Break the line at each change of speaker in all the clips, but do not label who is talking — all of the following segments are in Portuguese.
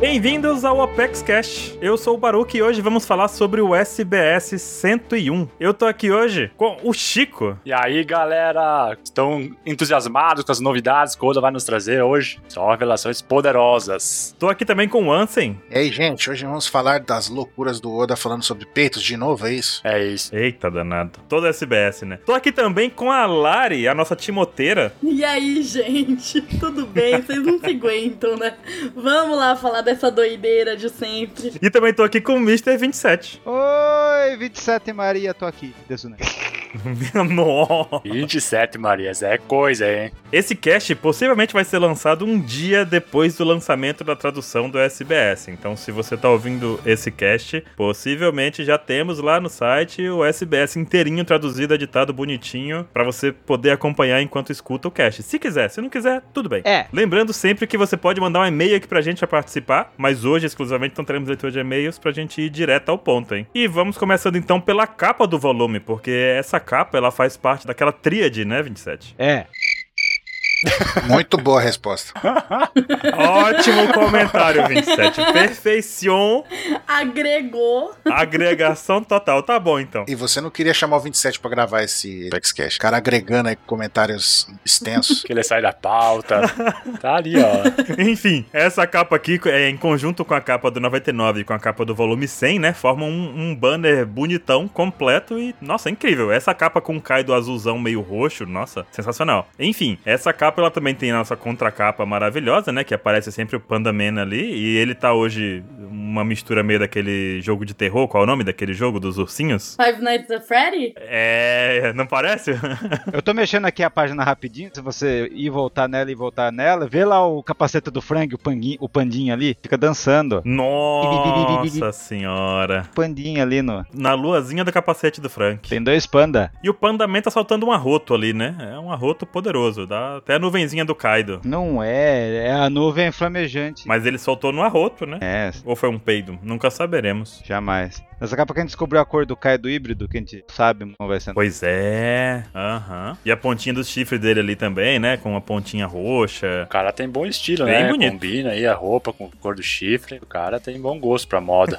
Bem-vindos ao Apex Cash. Eu sou o Baruque e hoje vamos falar sobre o SBS 101. Eu tô aqui hoje com o Chico.
E aí, galera? Estão entusiasmados com as novidades que o Oda vai nos trazer hoje? Só revelações poderosas.
Tô aqui também com o Ansem.
E aí, gente, hoje vamos falar das loucuras do Oda falando sobre peitos de novo, é isso?
É isso.
Eita danado. Todo SBS, né? Tô aqui também com a Lari, a nossa timoteira.
E aí, gente? Tudo bem? Vocês não se aguentam, né? Vamos lá falar dessa doideira de sempre.
E também tô aqui com o Mr. 27.
Oi, 27 Maria, tô aqui, Desune.
Nossa.
27 Marias, é coisa, hein?
Esse cast possivelmente vai ser lançado um dia depois do lançamento da tradução do SBS. Então, se você tá ouvindo esse cast, possivelmente já temos lá no site o SBS inteirinho traduzido, editado bonitinho, pra você poder acompanhar enquanto escuta o cast. Se quiser, se não quiser, tudo bem.
É.
Lembrando sempre que você pode mandar um e-mail aqui pra gente pra participar, mas hoje exclusivamente não teremos leitura de e-mails pra gente ir direto ao ponto, hein? E vamos começando então pela capa do volume, porque essa capa ela faz parte daquela tríade, né, 27?
É.
Muito boa a resposta.
Ótimo comentário, 27. Perfeição,
Agregou.
agregação total. Tá bom então.
E você não queria chamar o 27 pra gravar esse Apex Cash. Cara agregando aí comentários extensos.
Que ele sai da pauta. tá ali, ó.
Enfim, essa capa aqui, é, em conjunto com a capa do 99 e com a capa do volume 100, né? Formam um, um banner bonitão, completo e, nossa, é incrível. Essa capa com o Kaido azulzão meio roxo, nossa, sensacional. Enfim, essa capa ela também tem a nossa contracapa maravilhosa, né? Que aparece sempre o Panda Man ali. E ele tá hoje uma mistura meio daquele jogo de terror. Qual é o nome daquele jogo? Dos ursinhos?
Five Nights at Freddy?
É. Não parece?
Eu tô mexendo aqui a página rapidinho, se você ir voltar nela e voltar nela, vê lá o capacete do Frank, o, panguinho, o pandinho ali, fica dançando.
Nossa senhora.
Pandinho ali no...
Na luazinha do capacete do Frank.
Tem dois panda.
E o Pandaman tá soltando um arroto ali, né? É um arroto poderoso, dá até a nuvenzinha do Kaido.
Não é, é a nuvem flamejante.
Mas ele soltou no arroto, né?
É,
Ou foi um peido? Nunca saberemos.
jamais. Nessa capa que a gente descobriu a cor do Kaido híbrido, que a gente sabe como vai ser.
Pois é, aham. E a pontinha do chifre dele ali também, né? Com a pontinha roxa.
O cara tem bom estilo,
Bem
né?
bonito.
Combina aí a roupa com a cor do chifre. O cara tem bom gosto pra moda.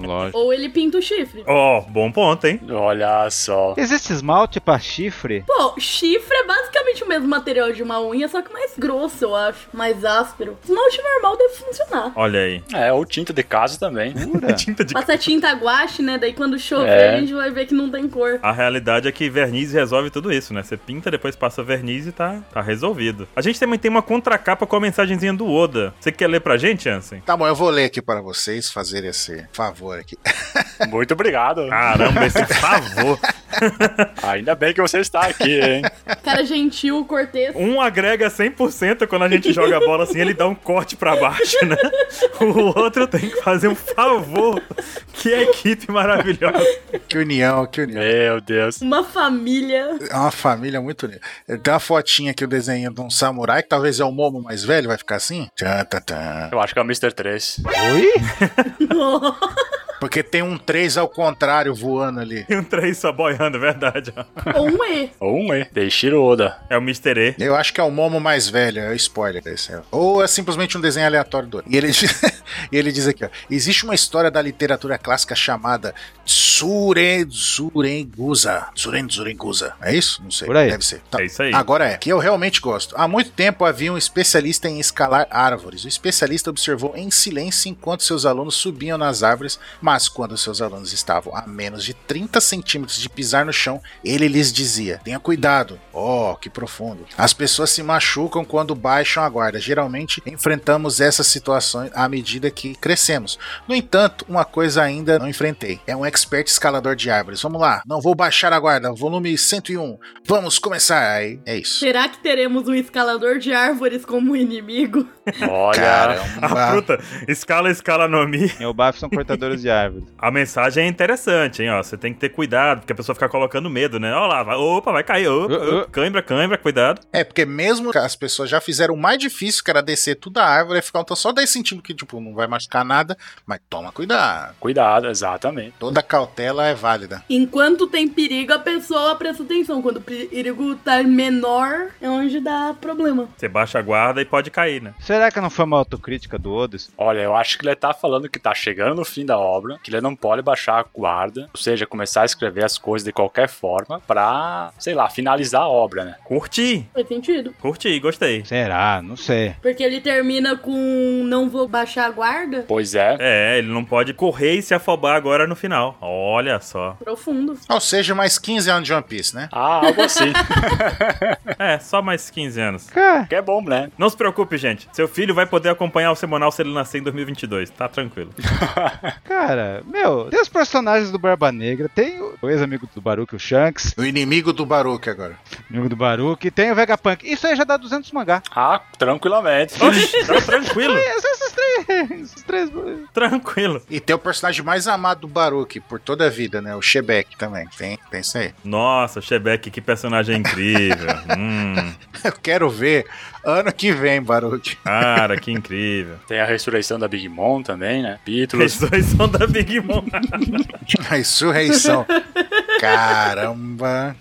Lógico.
Ou ele pinta o chifre.
Ó, bom ponto, hein?
Olha só.
Existe esmalte pra chifre?
Pô, chifre é basicamente o mesmo material de uma unha, só que mais grosso, eu acho. Mais áspero. Esmalte normal deve funcionar.
Olha aí.
É, ou tinta de casa também.
Jura?
Tinta de...
Passa tinta guache, né? Daí quando chover,
É.
a gente vai ver que não tem cor.
A realidade é que verniz resolve tudo isso, né? Você pinta, depois passa verniz e tá, tá resolvido. A gente também tem uma contracapa com a mensagenzinha do Oda. Você quer ler pra gente, Ansem?
Tá bom, eu vou ler aqui para vocês, fazer esse favor aqui.
Muito obrigado.
Caramba, esse favor.
Ainda bem que você está aqui, hein?
Cara gentil, cortês.
Um agrega 100% quando a gente joga a bola assim, ele dá um corte pra baixo, né? O outro tem que fazer um favor. Que equipe maravilhosa.
Que união, que união.
Meu Deus.
Uma família.
É uma família muito unida. Tem uma fotinha aqui, o desenho de um samurai, que talvez é o Momo mais velho, vai ficar assim. Tchan, tchan, tchan.
Eu acho que é o Mr. 3.
Oi?
Porque tem um 3 ao contrário voando ali.
E um 3 só boiando, verdade. ó.
Ou um E.
Ou um E. Teixeiro Oda.
É o Mr. E.
Eu acho que é o Momo mais velho, é o spoiler desse. Ou é simplesmente um desenho aleatório do. E ele, e ele diz aqui, ó. Existe uma história da literatura clássica chamada Tsurenzurenguza. Tsurenzurenguza. É isso? Não sei.
Por aí.
Deve ser. Tá.
É isso aí.
Agora é, que eu realmente gosto. Há muito tempo havia um especialista em escalar árvores. O especialista observou em silêncio enquanto seus alunos subiam nas árvores, mas quando seus alunos estavam a menos de 30 centímetros de pisar no chão, ele lhes dizia: tenha cuidado. Oh, que profundo. As pessoas se machucam quando baixam a guarda. Geralmente enfrentamos essas situações à medida que crescemos. No entanto, uma coisa ainda não enfrentei. É um expert escalador de árvores. Vamos lá. Não vou baixar a guarda. Volume 101. Vamos começar. Aí, é isso.
Será que teremos um escalador de árvores como inimigo?
Olha.
A fruta, escala, escala no Mi.
Meu bafo são cortadores de árvores.
A mensagem é interessante, hein? Ó, você tem que ter cuidado, porque a pessoa fica colocando medo, né? Ó lá, vai, opa, vai cair, opa,
Uh, uh.
opa, cãibra, cãibra, cuidado.
É, porque mesmo que as pessoas já fizeram o mais difícil, que era descer tudo a árvore, e ficar então, só 10 centímetros, que tipo, não vai machucar nada, mas toma cuidado.
Cuidado, exatamente.
Toda cautela cautela é válida.
Enquanto tem perigo, a pessoa presta atenção. Quando o perigo tá menor, é onde dá problema.
Você baixa a guarda e pode cair, né?
Será que não foi uma autocrítica do Odes?
Olha, eu acho que ele tá falando que tá chegando no fim da obra, que ele não pode baixar a guarda, ou seja, começar a escrever as coisas de qualquer forma pra, sei lá, finalizar a obra, né?
Curti,
Faz sentido.
curti, gostei.
Será? Não sei.
Porque ele termina com não vou baixar a guarda.
Pois é.
É, ele não pode correr e se afobar agora no final. Olha só.
Profundo.
Ou seja, mais 15 anos de One Piece, né?
Ah, algo assim.
É, só mais 15 anos.
Cara,
que é bom, né?
Não se preocupe, gente. Seu filho vai poder acompanhar o semanal se ele nascer em 2022. Tá tranquilo.
cara, meu, tem os personagens do Barba Negra, tem o ex-amigo do Baruque, o Shanks,
O inimigo do Baruque agora.
amigo do Baruque, tem o Vegapunk. Isso aí já dá 200 mangá.
Ah, tranquilamente.
Oxi, tá tranquilo,
É, só esses três, esses três.
tranquilo.
E tem o personagem mais amado do Baruque por toda a vida, né? O Shebeck também. Tem, tem isso aí.
Nossa, Shebeck, que personagem incrível. Hum,
Eu quero ver ano que vem, Baruque.
cara, que incrível.
Tem a ressurreição da Big Mom também, né? Beatles.
Ressurreição da Big Mom.
A insurreição. Caramba.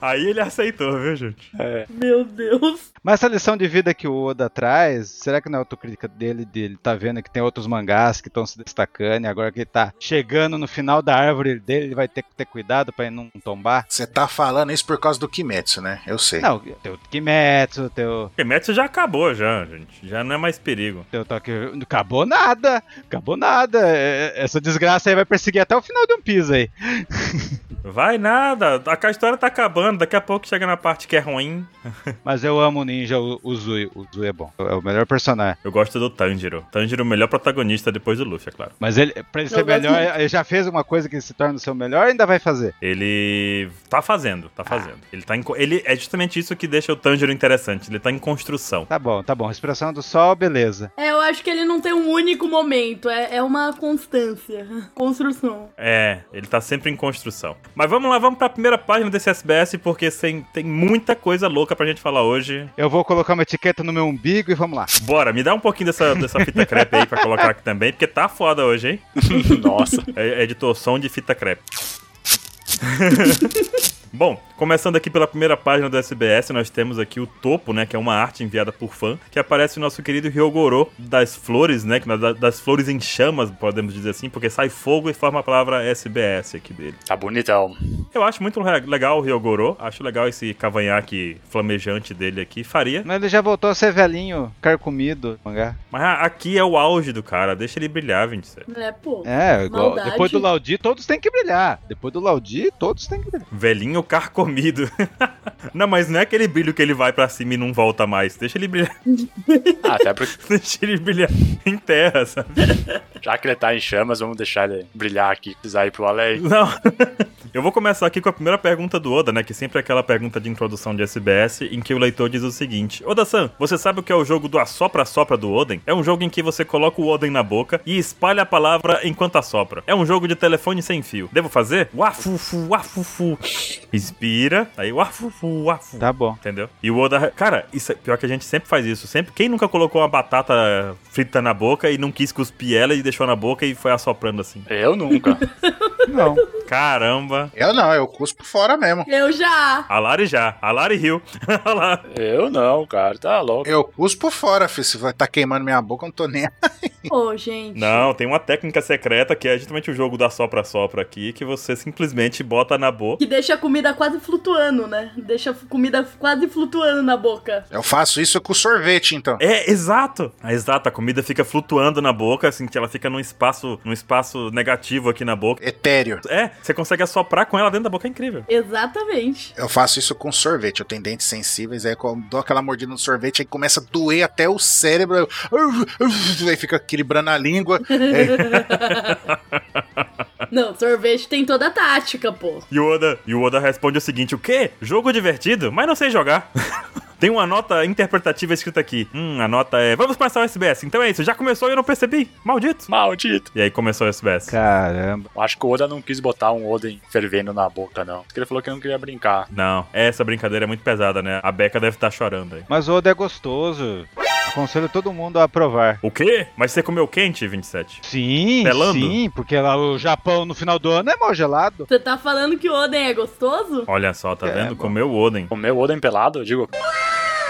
Aí ele aceitou, viu, gente?
Meu Deus.
Mas essa lição de vida que o Oda traz, será que não é autocrítica dele, dele tá vendo que tem outros mangás que estão se destacando e agora que ele tá chegando no final da árvore dele, ele vai ter que ter cuidado pra ele não tombar?
Você tá falando isso por causa do Kimetsu, né? Eu sei.
Não, tem o Kimetsu, tem o,
Kimetsu já acabou, já, gente. Já não é mais perigo.
tem o Tokyo... Acabou nada, acabou nada. É- Essa desgraça aí vai perseguir até o final de um piso aí.
Vai nada, a a história tá acabando, daqui a pouco chega na parte que é ruim.
Mas eu amo o ninja, o, o Zui. O Zui é bom, é o melhor personagem.
Eu gosto do Tanjiro. Tanjiro, o melhor protagonista depois do Luffy, é claro.
Mas ele, pra ele ser
Eu gosto
melhor, ele já fez uma coisa que se torna o seu melhor e ainda vai fazer.
Ele tá fazendo, tá fazendo. Ele tá em co- ele é justamente isso que deixa o Tanjiro interessante, ele tá em construção.
Tá bom, tá bom. Respiração do sol, beleza.
É, eu acho que ele não tem um único momento. É, é uma constância. Construção.
É, ele tá sempre em construção. Mas vamos lá, vamos pra primeira página desse SBS, porque tem, tem muita coisa louca pra gente falar hoje.
Eu vou colocar uma etiqueta no meu umbigo e vamos lá.
Bora, me dá um pouquinho dessa, dessa fita crepe aí pra colocar aqui também, porque tá foda hoje, hein?
Nossa.
É, editor, som de fita crepe. Bom, começando aqui pela primeira página do SBS, nós temos aqui o topo, né, que é uma arte enviada por fã, que aparece o nosso querido Ryogoro das flores, né, que nós- da- das flores em chamas, podemos dizer assim, porque sai fogo e forma a palavra SBS aqui dele.
Tá bonitão.
Eu acho muito le- legal o Ryogoro, acho legal esse cavanhaque flamejante dele aqui, faria,
Mas ele já voltou a ser velhinho, carcomido, mangá.
mas a- aqui é o auge do cara, deixa ele brilhar, 27.
É, pô.
É, igual.
Maldade.
Depois do Laudi, todos têm que brilhar. Depois do Laudi, todos têm que brilhar.
Velhinho carcomido. não, mas não é aquele brilho que ele vai pra cima e não volta mais. Deixa ele brilhar,
Ah, até porque
deixa ele brilhar em terra, sabe?
já que ele tá em chamas, vamos deixar ele brilhar aqui, precisar ir pro além.
Não. Eu vou começar aqui com a primeira pergunta do Oda, né? Que sempre é aquela pergunta de introdução de SBS, em que o leitor diz o seguinte: Oda-san, você sabe o que é o jogo do assopra-sopra do Oden? É um jogo em que você coloca o Oden na boca e espalha a palavra enquanto assopra. É um jogo de telefone sem fio. Devo fazer? Uafufu, uafufu. Inspira, aí uafufu, uafufu.
Tá bom.
Entendeu? E o Oda. Cara, isso é pior que a gente sempre faz isso. Sempre. Quem nunca colocou uma batata frita na boca e não quis cuspir ela e deixou na boca e foi assoprando assim?
Eu nunca.
Não.
Caramba!
Eu não, eu cuspo fora mesmo.
Eu já.
A Lari já. A Lari riu. Olha lá.
Eu não, cara. Tá louco.
Eu cuspo fora, filho. Se vai tá queimando minha boca, eu não tô nem.
Ô, gente.
Não, tem uma técnica secreta que é justamente o jogo da sopra-sopra aqui, que você simplesmente bota na boca.
Que deixa a comida quase flutuando, né? Deixa a comida quase flutuando na boca.
Eu faço isso com sorvete, então.
É, exato. É, exato, a comida fica flutuando na boca, assim, que ela fica num espaço, num espaço negativo aqui na boca.
Etéreo.
É, você consegue assoprar com ela dentro da boca, é incrível.
Exatamente.
Eu faço isso com sorvete. Eu tenho dentes sensíveis, aí eu dou aquela mordida no sorvete, aí começa a doer até o cérebro. eu- Aí fica equilibrando a língua. É,
Não, sorvete tem toda a tática, pô.
E o Oda, e o Oda responde o seguinte: o quê? Jogo divertido? Mas não sei jogar. Tem uma nota interpretativa escrita aqui. Hum, a nota é. Vamos começar o SBS. Então é isso, já começou e eu não percebi. Maldito.
Maldito.
E aí começou o SBS.
Caramba.
Eu Acho que o Oda não quis botar um Oden fervendo na boca, não. Porque ele falou que não queria brincar.
Não, essa brincadeira é muito pesada, né? A Beca deve estar tá chorando aí.
Mas o Oda é gostoso. Aconselho todo mundo a aprovar.
O quê? Mas você comeu quente, 27?
Sim,
Pelando?
sim, porque lá o Japão no final do ano é mal gelado.
Você tá falando que o Oden é gostoso?
Olha só, tá
É,
vendo?
bom.
Comeu o Oden.
Comeu o Oden pelado? Eu digo.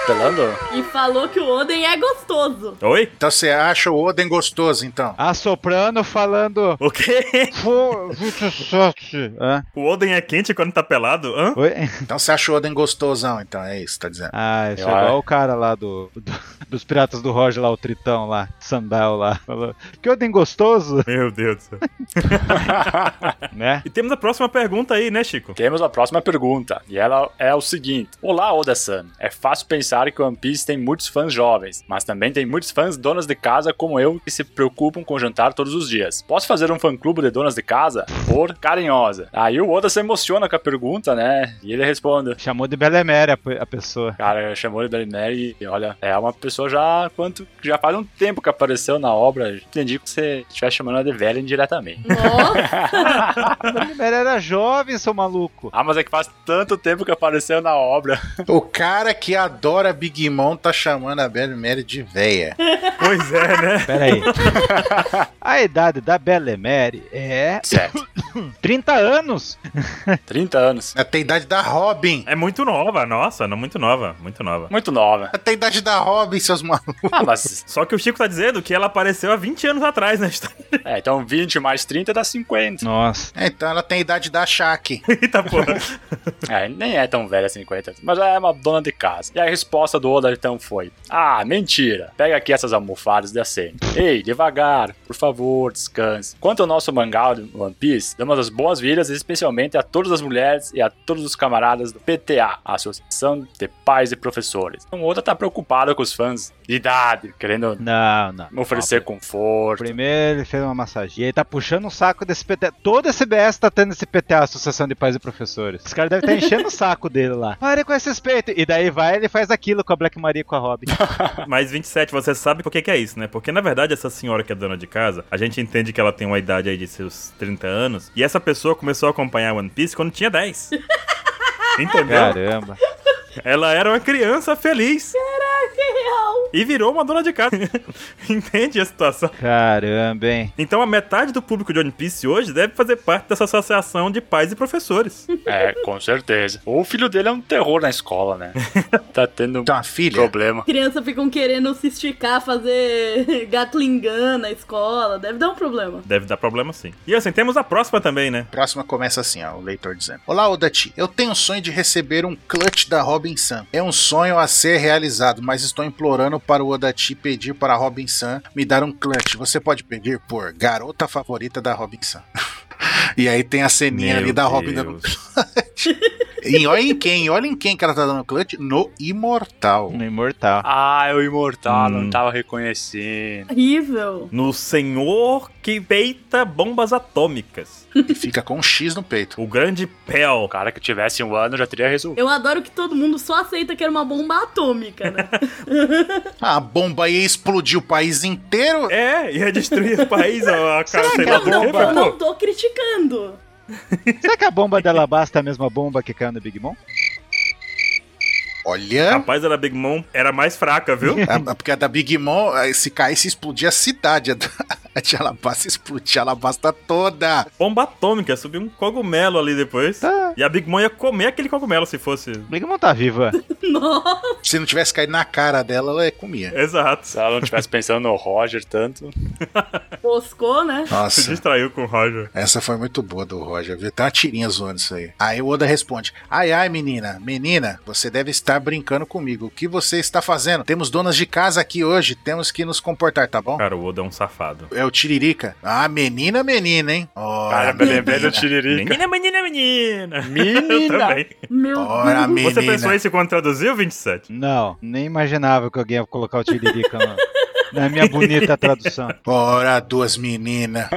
Pelando?
E falou que o Oden é gostoso.
Oi?
Então você acha o Oden gostoso, então?
Assoprando, falando.
O quê?
"Fu- 27. Hã?
O Oden é quente quando tá pelado? Hã?
Oi?
Então você acha o Oden gostosão, então, é isso que tá dizendo.
Ah, isso
Eu
é igual
acho.
o cara lá do, do- dos Piratas do Roger lá, o Tritão lá, Sandal lá. Falou, que Odem gostoso,
Meu Deus do céu.
né?
E temos a próxima pergunta aí, né, Chico?
Temos a próxima pergunta, e ela é o seguinte: Olá, Oda-san. É fácil pensar que One Piece tem muitos fãs jovens, mas também tem muitos fãs donas de casa como eu que se preocupam com jantar todos os dias. Posso fazer um fã-clube de donas de casa? Por carinhosa. Aí o Oda se emociona com a pergunta, né? E ele responde.
Chamou de Belemere a, pe- a pessoa.
Cara, chamou ele Belly Mary e olha, é uma pessoa já quanto já faz um tempo que apareceu na obra. Entendi que você estivesse chamando ela de velha indiretamente.
Nossa,
Belemere era jovem, seu maluco.
Ah, mas é que faz tanto tempo que apareceu na obra.
O cara que adora Big Mom tá chamando a Belle Mary de véia.
Pois é, né?
Pera aí. A idade da Belemere é
Certo.
30 anos.
30 anos.
Até a idade da Robin.
É muito nova, nossa, não muito nova, muito nova.
Muito nova.
Até a idade da Robin, seus malucos.
Ah, mas.
Só que o Chico tá dizendo que ela apareceu há 20 anos atrás na história.
É, então 20 mais 30 dá 50.
Nossa.
É, Então ela tem a idade da Shaq.
Eita porra.
É, nem é tão velha 50, mas é uma dona de casa. E a resposta do Oda então foi: Ah, mentira. Pega aqui essas almofadas de aceno. Ei, devagar, por favor, descanse. Quanto ao nosso mangá de One Piece, damos as boas-vindas especialmente a todas as mulheres e a todos os camaradas do PTA, a Associação de Pais e Professores. Então o Oda tá preocupado com os fãs de idade, querendo
Não, não.
oferecer
Ah,
conforto.
Primeiro ele fez uma massagem. E aí tá puxando o saco desse PTA. Todo esse BS tá tendo esse PTA, Associação de Pais e Professores. Os caras devem estar tá enchendo o saco dele lá. Pare com esse respeito. E daí vai ele faz aquilo com a Black Maria e com a Robin.
Mas 27, você sabe por que, que é isso, né? Porque na verdade essa senhora que é dona de casa, a gente entende que ela tem uma idade aí de seus 30 anos, e essa pessoa começou a acompanhar One Piece quando tinha 10. Entendeu?
Caramba.
Ela era uma criança feliz
que é real.
e virou uma dona de casa. Entende a situação?
Caramba, hein?
Então a metade do público de One Piece hoje deve fazer parte dessa associação de pais e professores.
É, com certeza. O filho dele é um terror na escola, né? Tá tendo um
Então a filha.
problema.
Crianças ficam um querendo se esticar, fazer gatlingan na escola. Deve dar um problema.
Deve dar problema sim. E assim, temos a próxima também, né?
Próxima começa assim, ó, o leitor dizendo: Olá, Odati, eu tenho um sonho de receber um clutch da Robin Sun. É um sonho a ser realizado, mas estou implorando para o Odati pedir para a Robin Sun me dar um clutch. Você pode pedir por garota favorita da Robin Sun. E aí tem a ceninha
Meu
ali da Robin dando
Deus.
E olha em quem, olha em quem que ela tá dando clutch? No Imortal.
Um imortal.
Ah, é o imortal,
Hum.
não tava reconhecendo.
Horrível.
No senhor que peita bombas atômicas.
E fica com um X no peito.
O grande Pel.
O cara que tivesse um ano já teria resolvido.
Eu adoro que todo mundo só aceita que era uma bomba atômica, né?
Ah, a bomba ia explodir o país inteiro?
É, ia destruir o país, ó, a cara, sei lá
não,
do
não,
que, mas,
não,
pô.
não tô criticando.
Será que a bomba da Alabasta é a mesma bomba que caiu no Big Mom?
Olha.
Rapaz, a da Big Mom era mais fraca, viu?
a- a- É, Porque a da Big Mom, eh, se caísse, explodia a cidade. A, da, a de Alabasta explodia a Alabasta toda.
Bomba atômica, subiu um cogumelo ali depois.
Tá.
E a Big Mom ia comer aquele cogumelo se fosse.
Big Mom tá viva.
Nossa,
Se não tivesse caído na cara dela, ela eh, comia.
Exato.
Se ela não tivesse pensando no Roger tanto.
Moscou, né?
Se
Nossa.
distraiu com o Roger.
Essa foi muito boa do Roger, viu? Tem uma tirinha zoando isso aí. Aí o Oda responde: Ai, ai, menina, menina, você deve estar brincando comigo. O que você está fazendo? Temos donas de casa aqui hoje, temos que nos comportar, tá bom?
Cara, o Oda é um safado.
É o Tiririca. Ah, menina, menina, hein?
Cara,
Ora,
me lembrei do
menina.
Tiririca.
Menina, menina, menina. Eu
Menina!
também.
Meu
Ora,
Deus.
Você pensou
menina.
isso quando traduziu, 27?
Não, nem imaginava que alguém ia colocar o Tiririca na, na minha bonita tradução.
Ora, duas meninas.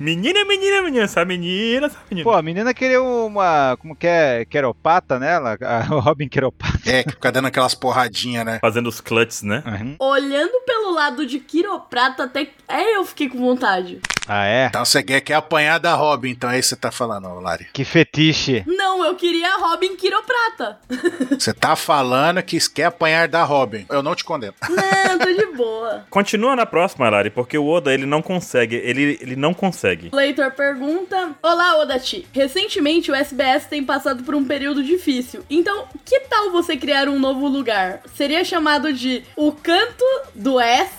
Menina, menina, menina. Essa menina, essa menina.
Pô, a menina queria uma. Como que é? Queropata nela? A Robin Queropata.
É, que fica dando aquelas porradinhas, né?
Fazendo os clutches, né?
Uhum.
Olhando pelo lado de quiroprata, até é eu fiquei com vontade.
Ah, é?
Então você quer, quer apanhar da Robin, então é isso que você tá falando, Lari.
Que fetiche.
Não, eu queria a Robin quiroprata.
Você tá falando que quer apanhar da Robin. Eu não te condeno.
Não, tô de boa.
Continua na próxima, Lari, porque o Oda, ele não consegue. Ele, ele não consegue.
Leitor pergunta: Olá, Odachi. Recentemente o SBS tem passado por um período difícil. Então, que tal você criar um novo lugar? Seria chamado de O Canto do S,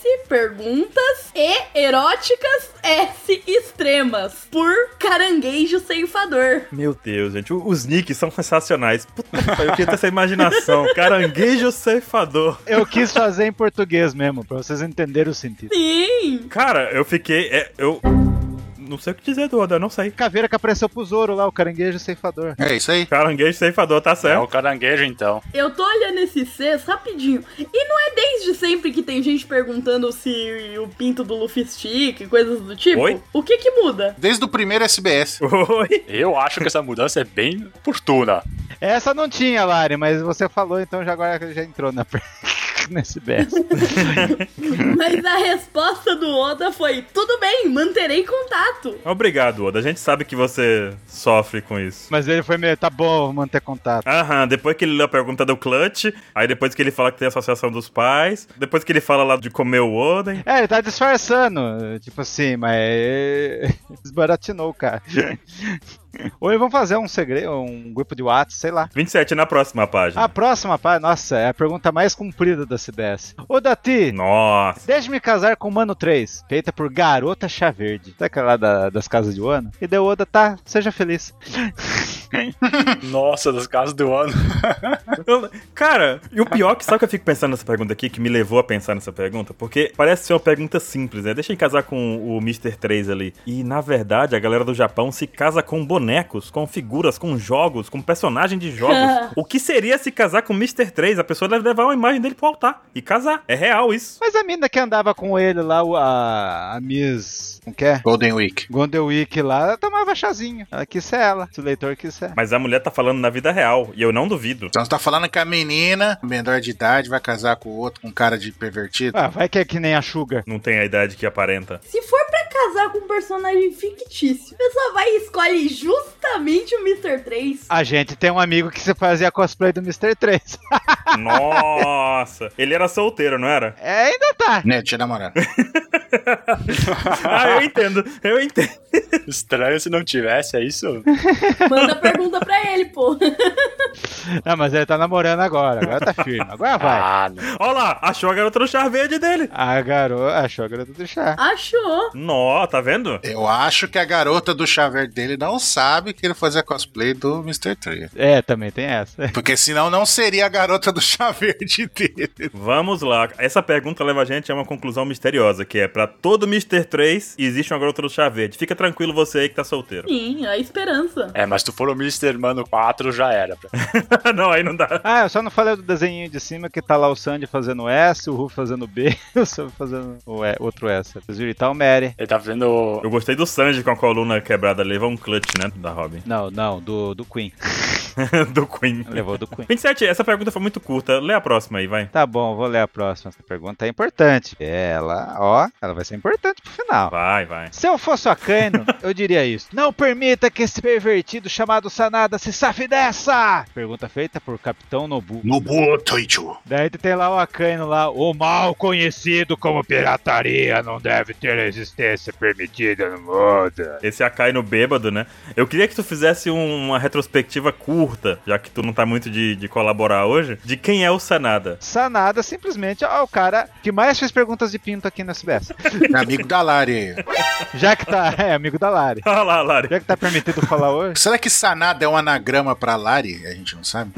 perguntas, e eróticas S extremas, por caranguejo ceifador.
Meu Deus, gente. o- Os nicks são sensacionais. Puta que pariu, eu queria ter essa imaginação. Caranguejo ceifador.
Eu quis fazer em português mesmo, pra vocês entenderem o sentido.
Sim!
Cara, eu fiquei. é, eu. Não sei o que dizer do Oda, eu não sei.
Caveira que apareceu pro Zoro lá, o caranguejo ceifador.
É isso aí.
Caranguejo ceifador, tá
É
certo.
o caranguejo, então.
Eu tô olhando esse Cs rapidinho. E não é desde sempre que tem gente perguntando se o pinto do Luffy stick, e coisas do tipo?
Oi?
O que que muda?
Desde o primeiro SBS.
Oi?
Eu acho que essa mudança é bem oportuna.
Essa não tinha, Lari, mas você falou, então já agora já entrou na nesse BS.
Mas a resposta do Oda foi: tudo bem, manterei contato.
Obrigado, Oda. A gente sabe que você sofre com isso.
Mas ele foi meio, tá bom, vou manter contato.
Aham, depois que ele lê a pergunta do Clutch, aí depois que ele fala que tem a associação dos pais, depois que ele fala lá de comer o Oden.
É, ele tá disfarçando, tipo assim, mas desbaratinou o cara. Ou eles vão fazer um segredo, um grupo de WhatsApp, sei lá.
27 na próxima página.
A próxima, pá, nossa, é a pergunta mais comprida da CBS. Ô, Dati,
Nossa.
Deixe-me casar com o Mano 3, feita por Garota Chá Verde. Tá aquela lá da- das casas de Wano? E deu Oda, tá, seja feliz.
Nossa, das casas do ano.
Eu- cara, e o pior é que sabe que eu fico pensando nessa pergunta aqui, que me levou a pensar nessa pergunta? Porque parece ser uma pergunta simples, né? Deixa eu casar com o Mr. 3 ali. E na verdade, a galera do Japão se casa com bonecos, com figuras, com jogos, com personagem de jogos. o que seria se casar com o Mr. 3? A pessoa deve levar uma imagem dele pro altar e casar. É real isso.
Mas a mina que andava com ele lá, o- a, a Miss. Como que é?
Golden Week.
Gondelwick lá, ela tomava chazinho. Ela quis ser ela, se o leitor quiser.
Mas a mulher tá falando na vida real, e eu não duvido.
Então você tá falando que a menina, menor de idade, vai casar com o outro, com um cara de pervertido.
Ah, vai que é que nem a Sugar.
Não tem a idade que aparenta.
Se for pra casar com um personagem fictício, a pessoa vai e escolhe justamente o Mr. 3.
A gente tem um amigo que se fazia cosplay do Mr. 3.
Nossa! Ele era solteiro, não era?
É, ainda tá.
Né, tinha namorado.
Ah, eu entendo, eu entendo.
Estranho se não tivesse, é isso?
Manda pergunta pra ele, pô.
Não, mas ele tá namorando agora. Agora tá firme. Agora vai.
Ah, não.
Olha lá, achou a garota no char verde dele.
A garota, a Sugar é do chá.
Achou.
Nó, tá vendo?
Eu acho que a garota do chá verde dele não sabe que ele fazia cosplay do Mr. Tree.
É, também tem essa.
Porque senão não seria a garota do chá verde dele.
Vamos lá. Essa pergunta leva a gente a uma conclusão misteriosa, que é pra todo Mr. 3 existe uma garota do chá verde. Fica tranquilo você aí que tá solteiro.
Sim, a esperança.
É, mas se tu for o Mr. Mano 4, já era.
não, aí não dá.
Ah, eu só não falei do desenho de cima que tá lá o Sandy fazendo S, o Ruff fazendo B, o Sam fazendo o E- outro S. Vocês viram? E tá o Mary.
Ele tá fazendo
Eu gostei do Sanji com a coluna quebrada. Levou um clutch, né? Da Robin.
Não, não, do, do Queen.
do Queen.
Levou do Queen.
27, essa pergunta foi muito curta. Lê a próxima aí, vai.
Tá bom, vou ler a próxima. Essa pergunta é importante. Ela, ó, ela vai ser importante pro final.
Vai, vai.
Se eu fosse o Akaino, eu diria isso. Não permita que esse pervertido chamado Sanada se safe dessa! Pergunta feita por Capitão Nobu.
Nobu Taichu.
Daí tu tem lá o Akaino lá, o mal conhecido como pirataria não deve ter existência permitida no mundo.
Esse Akainu bêbado, né? Eu queria que tu fizesse um- uma retrospectiva curta, já que tu não tá muito de, de colaborar hoje, de quem é o Sanada.
Sanada simplesmente é o cara que mais fez perguntas de pinto aqui no SBS.
É Amigo da Lari.
Já que tá. É, amigo da Lari.
Olha lá, Lari.
Já que tá permitido falar hoje.
Será que Sanada é um anagrama pra Lari? A gente não sabe.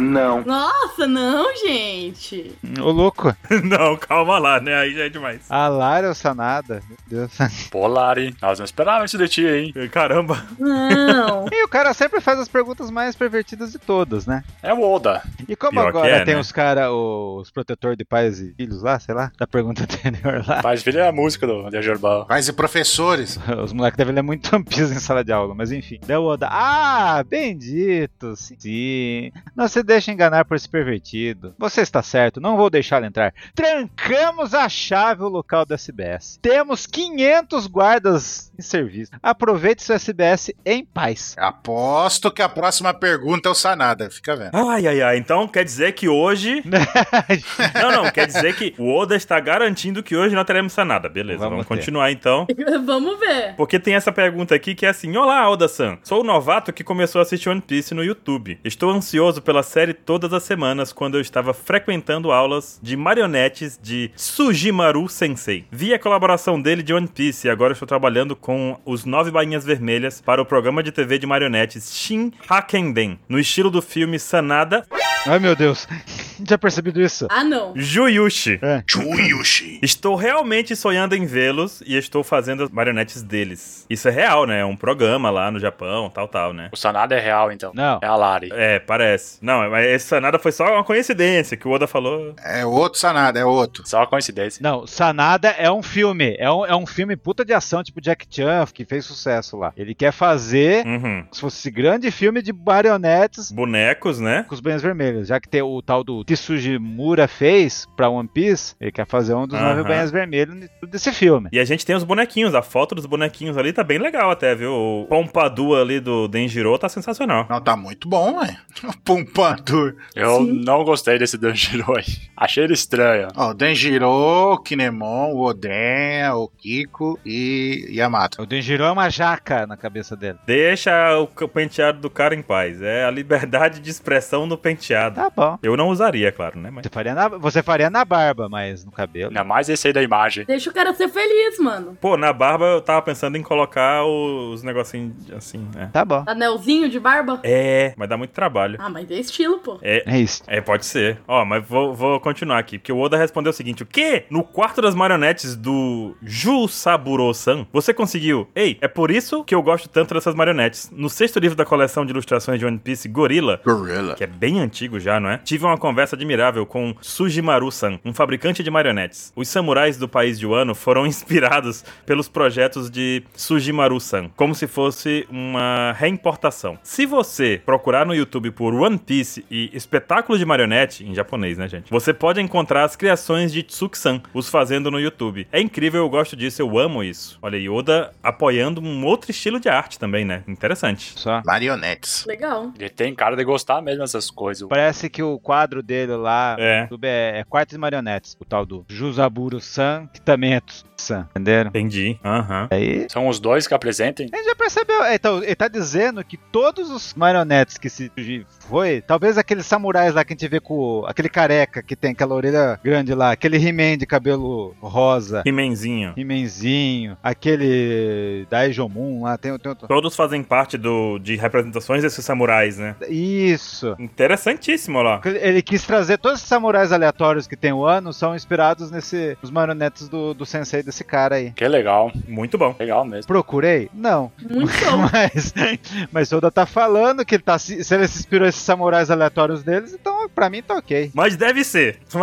Nossa, não, gente.
Ô louco.
Não, calma lá, né? Aí já é demais.
A Lari ou Sanada? Meu Deus.
Polari. Nós não esperávamos isso de ti, hein?
Caramba.
Não.
E o cara sempre faz as perguntas mais pervertidas de todas, né?
É o Oda.
E como
Pior que
agora
é,
tem
né?
os cara, os protetor de pais e filhos lá, sei lá, da pergunta anterior lá.
Faz filha a música do Legião Urbano.
Pais e professores.
Os moleques devem ler muito One Piece em sala de aula, mas enfim. Deu Oda. Ah, bendito! Sim. sim. Nós se deixa enganar por esse pervertido. Você está certo, não vou deixá-lo entrar. Trancamos a chave o local do SBS. Temos 500 guardas em serviço. Aproveite seu SBS em paz.
Aposto que a próxima pergunta é o Sanada, fica vendo.
Ai, ai, ai. Então quer dizer que hoje. não, não. Quer dizer que o Oda está garantindo que hoje não teremos sanada. Beleza,
Vamos
vamos,
ter.
continuar então.
Vamos ver.
Porque tem essa pergunta aqui que é assim: Olá, Oda-san. Sou o novato que começou a assistir One Piece no YouTube. Estou ansioso pela série todas as semanas quando eu estava frequentando aulas de marionetes de Sugimaru Sensei. Vi a colaboração dele de One Piece e agora estou trabalhando com os Nove Bainhas Vermelhas para o programa de TV de marionetes Shin Hakenden, no estilo do filme Sanada
Ai meu Deus, já percebido isso?
Ah, não.
Juyushi.
Chuyushi.
Estou realmente sonhando em vê-los e estou fazendo as marionetes deles. Isso é real, né? É um programa lá no Japão, tal, tal, né?
O Sanada é real, então.
Não.
É a Lari.
É, parece. Não, mas essa nada foi só uma coincidência que o Oda falou.
É outro Sanada, é outro.
Só uma coincidência.
Não, Sanada é um filme. É um, é um filme puta de ação, tipo Jack Chan, que fez sucesso lá. Ele quer fazer
Uhum.
se fosse esse grande filme de marionetes
Bonecos, né?
com os banhos vermelhos. Já que tem o tal do Tsujimura fez pra One Piece, ele quer fazer um dos nove
Aham.
banhos vermelhos desse filme.
E a gente tem os bonequinhos, a foto dos bonequinhos ali tá bem legal até, viu? O Pompadour ali do Denjiro tá sensacional.
Não, tá muito bom, ué. um Pumpantur.
Eu
Sim.
não gostei desse Danjiro aí. Achei ele estranho.
Ó, o Denjiro, o Kinemon, o Oden, o Kiko e Yamato.
O Denjiro é uma jaca na cabeça
Uhum.
dele.
Deixa o c- penteado do cara em paz. É a liberdade de expressão do penteado.
Tá bom.
Eu não usaria, claro, né? Mas...
Você faria, na, você faria na barba, mas no cabelo.
Ainda mais esse aí da imagem.
Deixa o cara ser feliz, mano.
Pô, na barba eu tava pensando em colocar os negocinhos assim, né?
Tá bom.
Anelzinho de barba.
É, mas dá muito trabalho.
Ah, mas é estilo, pô.
É,
É isso.
é, pode ser. Ó, mas vou, vou continuar aqui, porque o Oda respondeu o seguinte: o quê? No quarto das marionetes do Jusaburo-san, você conseguiu. Ei, é por isso que eu gosto tanto dessas marionetes. No sexto livro da coleção de ilustrações de One Piece, Gorilla,
Gorilla.
que é bem antigo já, não é? Tive uma conversa admirável com Sugimaru-san, um fabricante de marionetes. Os samurais do país de Wano foram inspirados pelos projetos de Sugimaru-san, como se fosse uma reimportação. Se você procurar no YouTube por One Piece e espetáculo de marionete, em japonês, né, gente? Você pode encontrar as criações de Tsuki-san, os fazendo no YouTube. É incrível, eu gosto disso, eu amo isso. Olha, Yoda apoiando um outro estilo de arte também, né? Interessante.
Só.
Marionetes.
Legal.
Ele tem cara de gostar mesmo dessas coisas.
Parece que o quadro dele lá
É.
no YouTube é, é Quarto de Marionetes, o tal do Jusaburo-san, que também é Tsu-san, entenderam?
Entendi. Aham.
Aí
São os dois que apresentem.
A gente já percebeu. É, Então, ele tá dizendo que todos os marionetes que se foi, talvez aqueles samurais lá que a gente vê com o- aquele careca que tem aquela orelha grande lá, aquele He-Man de cabelo rosa,
Rimenzinho.
He-Manzinho, aquele Daijomon lá, tem, tem outro.
Todos fazem parte do, de representações desses samurais, né?
Isso.
Interessantíssimo lá.
Ele quis trazer todos esses samurais aleatórios que tem o ano, são inspirados nesse, nos marionetes do, do sensei desse cara aí.
Que legal.
Muito bom.
Legal mesmo.
Procurei? Não.
Muito show.
Mas, mas o Oda tá falando que ele tá. Se se ele se inspirou esses samurais aleatórios deles, então pra mim tá ok.
Mas deve ser.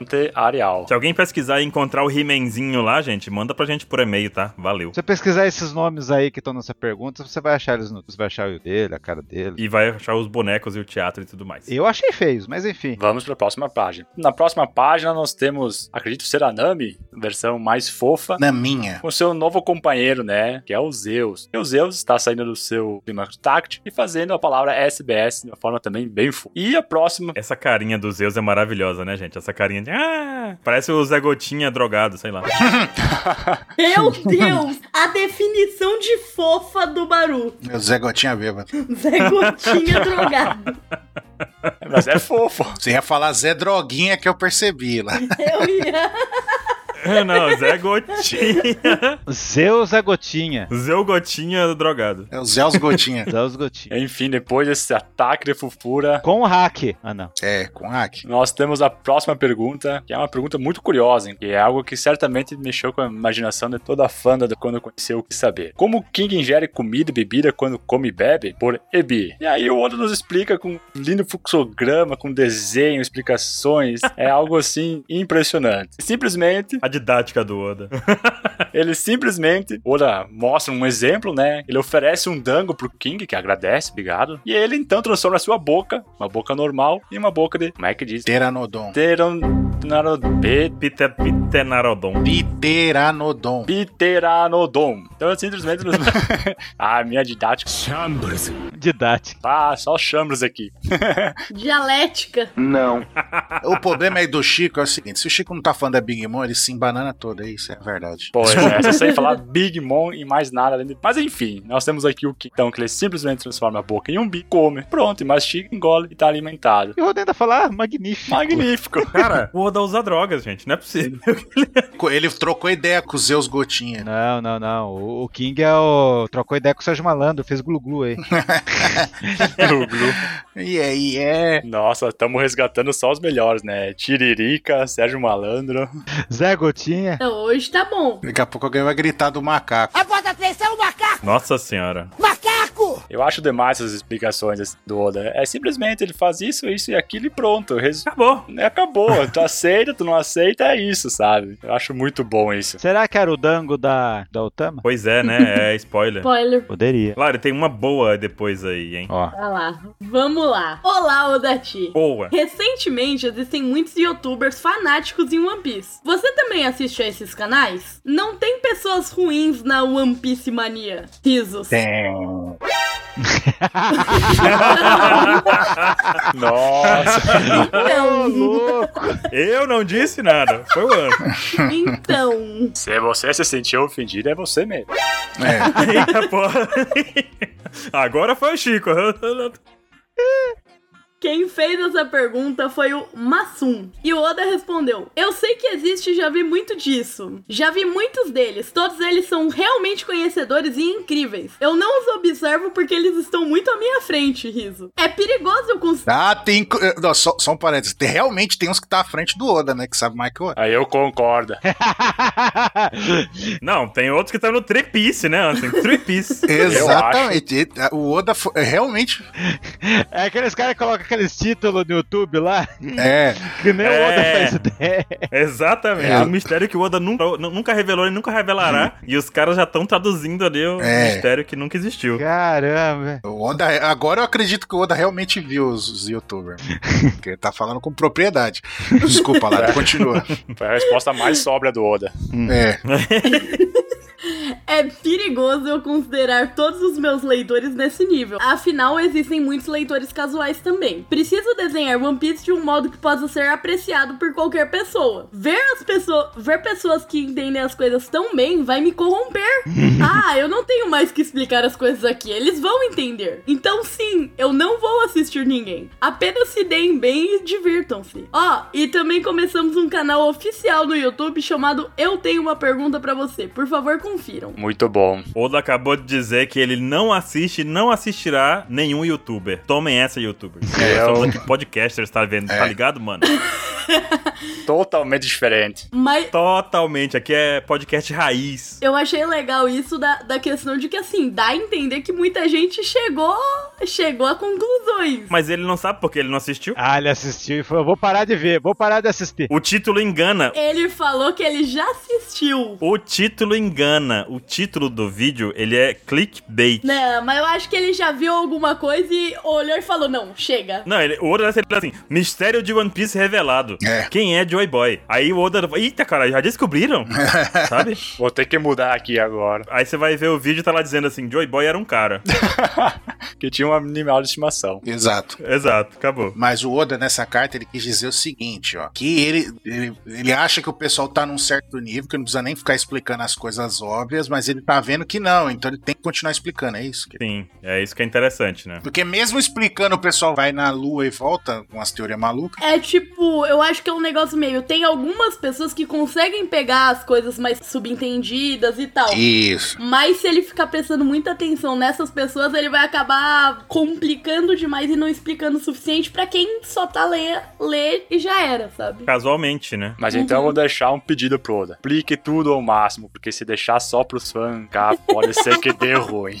Ante Arial.
Se alguém pesquisar e encontrar o Rimenzinho lá, gente, manda pra gente por e-mail, tá? Valeu.
Se você pesquisar esses nomes aí que estão nessa pergunta, você vai achar eles no. Você vai achar o dele, a cara dele.
E vai achar os bonecos e o teatro e tudo mais.
Eu achei feios, mas enfim.
Vamos para a próxima página. Na próxima página nós temos, acredito ser a Nami, versão mais fofa,
Na minha.
com seu novo companheiro, né, que é o Zeus. E o Zeus está saindo do seu Climax Tact e fazendo a palavra SBS de uma forma também bem fofa. E a próxima,
Essa carinha do Zeus é maravilhosa, né, gente? Essa carinha de. Ah! Parece o Zé Gotinha drogado, sei lá.
Meu Deus! A definição de fofa do Baru.
Meu Zé Gotinha bêbado.
Zé Gotinha drogado.
mas é fofo.
Você ia falar Zé Droguinha que eu percebi lá.
Eu ia.
Não, Zé Gotinha.
Zeus a gotinha.
Zé Gotinha drogado.
É o Zé os Gotinha.
Zeus gotinha.
Enfim, depois desse ataque de fofura,
Com o hack. Ah, não.
É, com hack.
nós temos a próxima pergunta, que é uma pergunta muito curiosa, hein, que é algo que certamente mexeu com a imaginação de toda a fanda de quando conheceu o que saber. Como o King ingere comida e bebida quando come e bebe? Por Ebi. E aí o Oda nos explica com um lindo fluxograma, com desenho, explicações. É algo assim impressionante. Simplesmente
A didática do Oda.
Ele simplesmente, Oda mostra um exemplo, né? Ele oferece um dango pro King, que agradece, obrigado. E ele então transforma a sua boca, uma boca normal, em uma boca de. Como é que diz?
Pteranodon.
Pteranodon. Pe-
Pite- Pitenarodon.
Pteranodon.
Pteranodon. Então eu simplesmente. ah, minha didática.
Didático.
Ah, só chambres aqui.
Dialética.
O problema aí do Chico é o seguinte: se o Chico não tá falando da Big Mom, ele se embanana todo, é isso, é verdade.
Pô, é, só sei falar Big Mom e mais nada além de... Mas enfim, nós temos aqui o que então que ele simplesmente transforma a boca em um bico, come, pronto, e mastiga, engole e tá alimentado.
E o Roden ainda fala, ah, magnífico.
Magnífico.
Cara, É, o Oda usa drogas, gente. Não é possível.
Co- Ele trocou ideia com o Zeus Gotinha. né?
Não, não, não. O- O King é o. Trocou ideia com o Sérgio Malandro, fez glu-glu aí.
Glu, glu.
E aí é.
Nossa, estamos resgatando só os melhores, né? Tiririca, Sérgio Malandro.
Zé Gotinha.
Então, hoje tá bom.
Daqui a pouco alguém vai gritar do macaco.
Após atenção, macaco!
Nossa senhora.
Macaco!
Eu acho demais essas explicações do Oda. É simplesmente ele faz isso, isso e aquilo e pronto. Res...
Acabou.
né, Acabou. Tu aceita, tu não aceita, é isso, sabe? Eu acho muito bom isso.
Será que era o dango da, da Otama?
Pois é, né? É spoiler.
Spoiler.
Poderia.
Claro, tem uma boa depois aí, hein?
Ó.
Tá lá. Vamos lá. Olá, Odati.
Boa.
Recentemente existem muitos youtubers fanáticos em One Piece. Você também assiste a esses canais? Não tem pessoas ruins na One Piece mania. Risos.
Tem.
Nossa.
Ô,
Então,
louco!
Eu não disse nada. Foi o ano.
então.
se você se sentiu ofendido, é você mesmo.
É.
Eita porra. Agora foi o Chico.
Quem fez essa pergunta foi o Masum. E o Oda respondeu: Eu sei que existe e já vi muito disso. Já vi muitos deles. Todos eles são realmente conhecedores e incríveis. Eu não os observo porque eles estão muito à minha frente, riso. É perigoso eu conseguir.
Ah, tem. co- eh, não, só, só um parênteses. Tem- realmente tem uns que tá à frente do Oda, né? Que sabe mais que o Oda.
Aí eu concordo.
Não, tem outros que estão no trepice, né, Anson? Trepice.
Exatamente. Ele- eh, O Oda foi, eh, realmente.
é aqueles caras que colocam aqueles títulos no YouTube lá,
É.
que nem o Oda
É.
faz ideia.
Exatamente. É
É.
um mistério que o Uhum. Oda nunca, nu- nunca revelou e nunca revelará. e os caras já estão traduzindo ali o
É.
mistério que nunca existiu.
Caramba.
O Oda, agora eu acredito que o Oda realmente viu os, os youtubers. Porque ele tá falando com propriedade. Desculpa, Lara, continua.
Foi a resposta mais sóbria do Oda.
É.
É perigoso eu considerar todos os meus leitores nesse nível. Afinal, existem muitos leitores casuais também. Preciso desenhar One Piece de um modo que possa ser apreciado por qualquer pessoa. Ver as pessoas, ver pessoas que entendem as coisas tão bem vai me corromper. ah, eu não tenho mais que explicar as coisas aqui. Eles vão entender. Então sim, eu não vou assistir ninguém. Apenas se deem bem e divirtam-se. Ó, e também começamos um canal oficial no YouTube chamado Eu Tenho uma pergunta pra você. Por favor, confiram.
Muito bom.
Oda acabou de dizer que ele não assiste e não assistirá nenhum youtuber. Tomem essa, youtuber. É,
Eu-
falando que podcasters tá vendo, tá ligado, mano?
Totalmente diferente.
Mas
Totalmente. Aqui é podcast raiz.
eu achei legal isso da, da questão de que, assim, dá a entender que muita gente chegou, chegou a conclusões.
Mas ele não sabe porque ele não assistiu.
Ah, ele assistiu e falou: vou parar de ver, vou parar de assistir.
O título engana.
Ele falou que ele já assistiu.
O título engana. O título do vídeo, ele é clickbait.
Não, né? mas eu acho que ele já viu alguma coisa e olhou e falou, não, chega.
Não, ele, o Oda vai ser assim: Mistério de One Piece revelado.
É.
Quem é Joy Boy? Aí o Oda. Eita, cara, já descobriram? Sabe?
Vou ter que mudar aqui agora.
Aí você vai ver o vídeo e tá lá dizendo assim: Joy Boy era um cara.
Que tinha um animal de estimação.
Exato.
Exato, acabou.
Mas o Oda, nessa carta, ele quis dizer o seguinte, ó. Que ele, ele, ele acha que o pessoal tá num certo nível, que não precisa nem ficar explicando as coisas óbvias, mas ele tá vendo que não, então ele tem que continuar explicando, é isso? que-
Sim, é isso que é interessante, né?
Porque mesmo explicando, o pessoal vai na lua e volta com as teorias malucas.
É tipo, eu acho que é um negócio meio. Tem algumas pessoas que conseguem pegar as coisas mais subentendidas e tal.
Isso.
Mas se ele ficar prestando muita atenção nessas pessoas, ele vai acabar complicando demais e não explicando o suficiente pra quem só tá lê, lê e já era, sabe?
Casualmente, né?
Mas então eu vou deixar um pedido pro Oda. Explique Pratique tudo ao máximo, porque se deixar só pros fãs, cá, pode ser que dê ruim.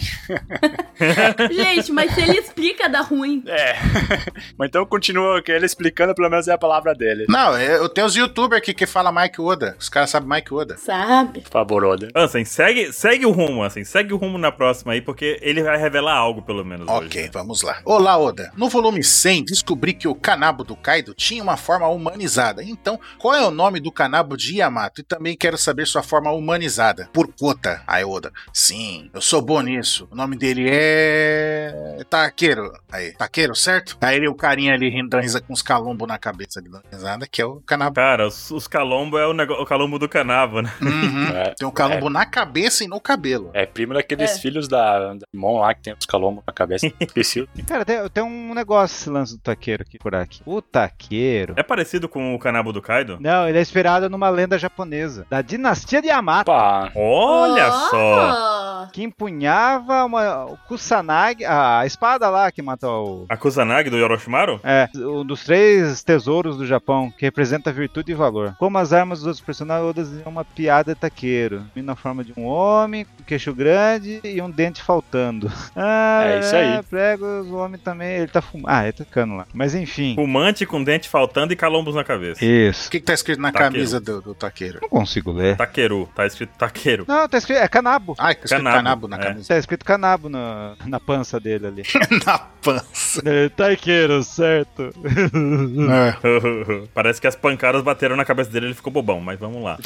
Gente, mas se ele explica, dá ruim.
É. Mas então continua que ele explicando, pelo menos é a palavra dele.
Não, eu eu tenho os youtubers aqui que fala Mike Oda. Os caras sabem Mike Oda.
Sabe?
Por favor, Oda.
Ansem, segue, segue o rumo, Ansem. Segue o rumo na próxima aí, porque ele vai revelar algo, pelo menos.
Ok,
hoje.
vamos lá. Olá, Oda. No volume 100, descobri que o Kanabo do Kaido tinha uma forma humanizada. Então, qual é o nome do Kanabo de Yamato? E também quero saber sua forma humanizada. Por Kota. Aí, Oda. Sim, eu sou bom nisso. O nome dele é... Taqueiro. Aí, Taqueiro, certo? Aí ele, o carinha ali rindo da risa com os calombos na cabeça ali, dando risada, que é o Kanabo.
Cara, os, os calombo é o, nego- o calombo do canava, né?
Uhum.
É,
Tem um calombo na cabeça e no cabelo.
é primo daqueles
É.
filhos da, da Mon lá que tem os calombos na cabeça. Esqueci o
Cara, tem, tem um negócio esse lance do taqueiro aqui por aqui. O taqueiro.
É parecido com o canabo do Kaido?
Não, ele é inspirado numa lenda japonesa, da dinastia de Yamato,
Opa!
Olha só!
só!
que empunhava uma o Kusanagi, a espada lá que matou o
A Kusanagi do Yoroshimaru?
é, um dos três tesouros do Japão, que representa virtude e valor. Como as armas dos outros personagens, Oda desenhou uma piada taqueiro. Na forma de um homem, com queixo grande e um dente faltando. Ah,
É isso aí.
Pregos, o homem também, ele tá fumando. Ah, ele tá ficando lá. Mas enfim.
Fumante com dente faltando e calombos na cabeça.
O
Isso.
que, que tá escrito na
Taqueiro.
camisa do, do Taqueiro?
Não consigo ler.
Taqueiro, tá escrito taqueiro.
Não, tá escrito. É canabo.
Ah, que escrito
Kanabo,
Kanabo na
é.
camisa.
Tá escrito canabo na, na pança dele ali.
na pança.
É, Taqueiro, certo?
É.
Parece que as pancadas bateram na cabeça dele e ele ficou bobão, mas vamos lá.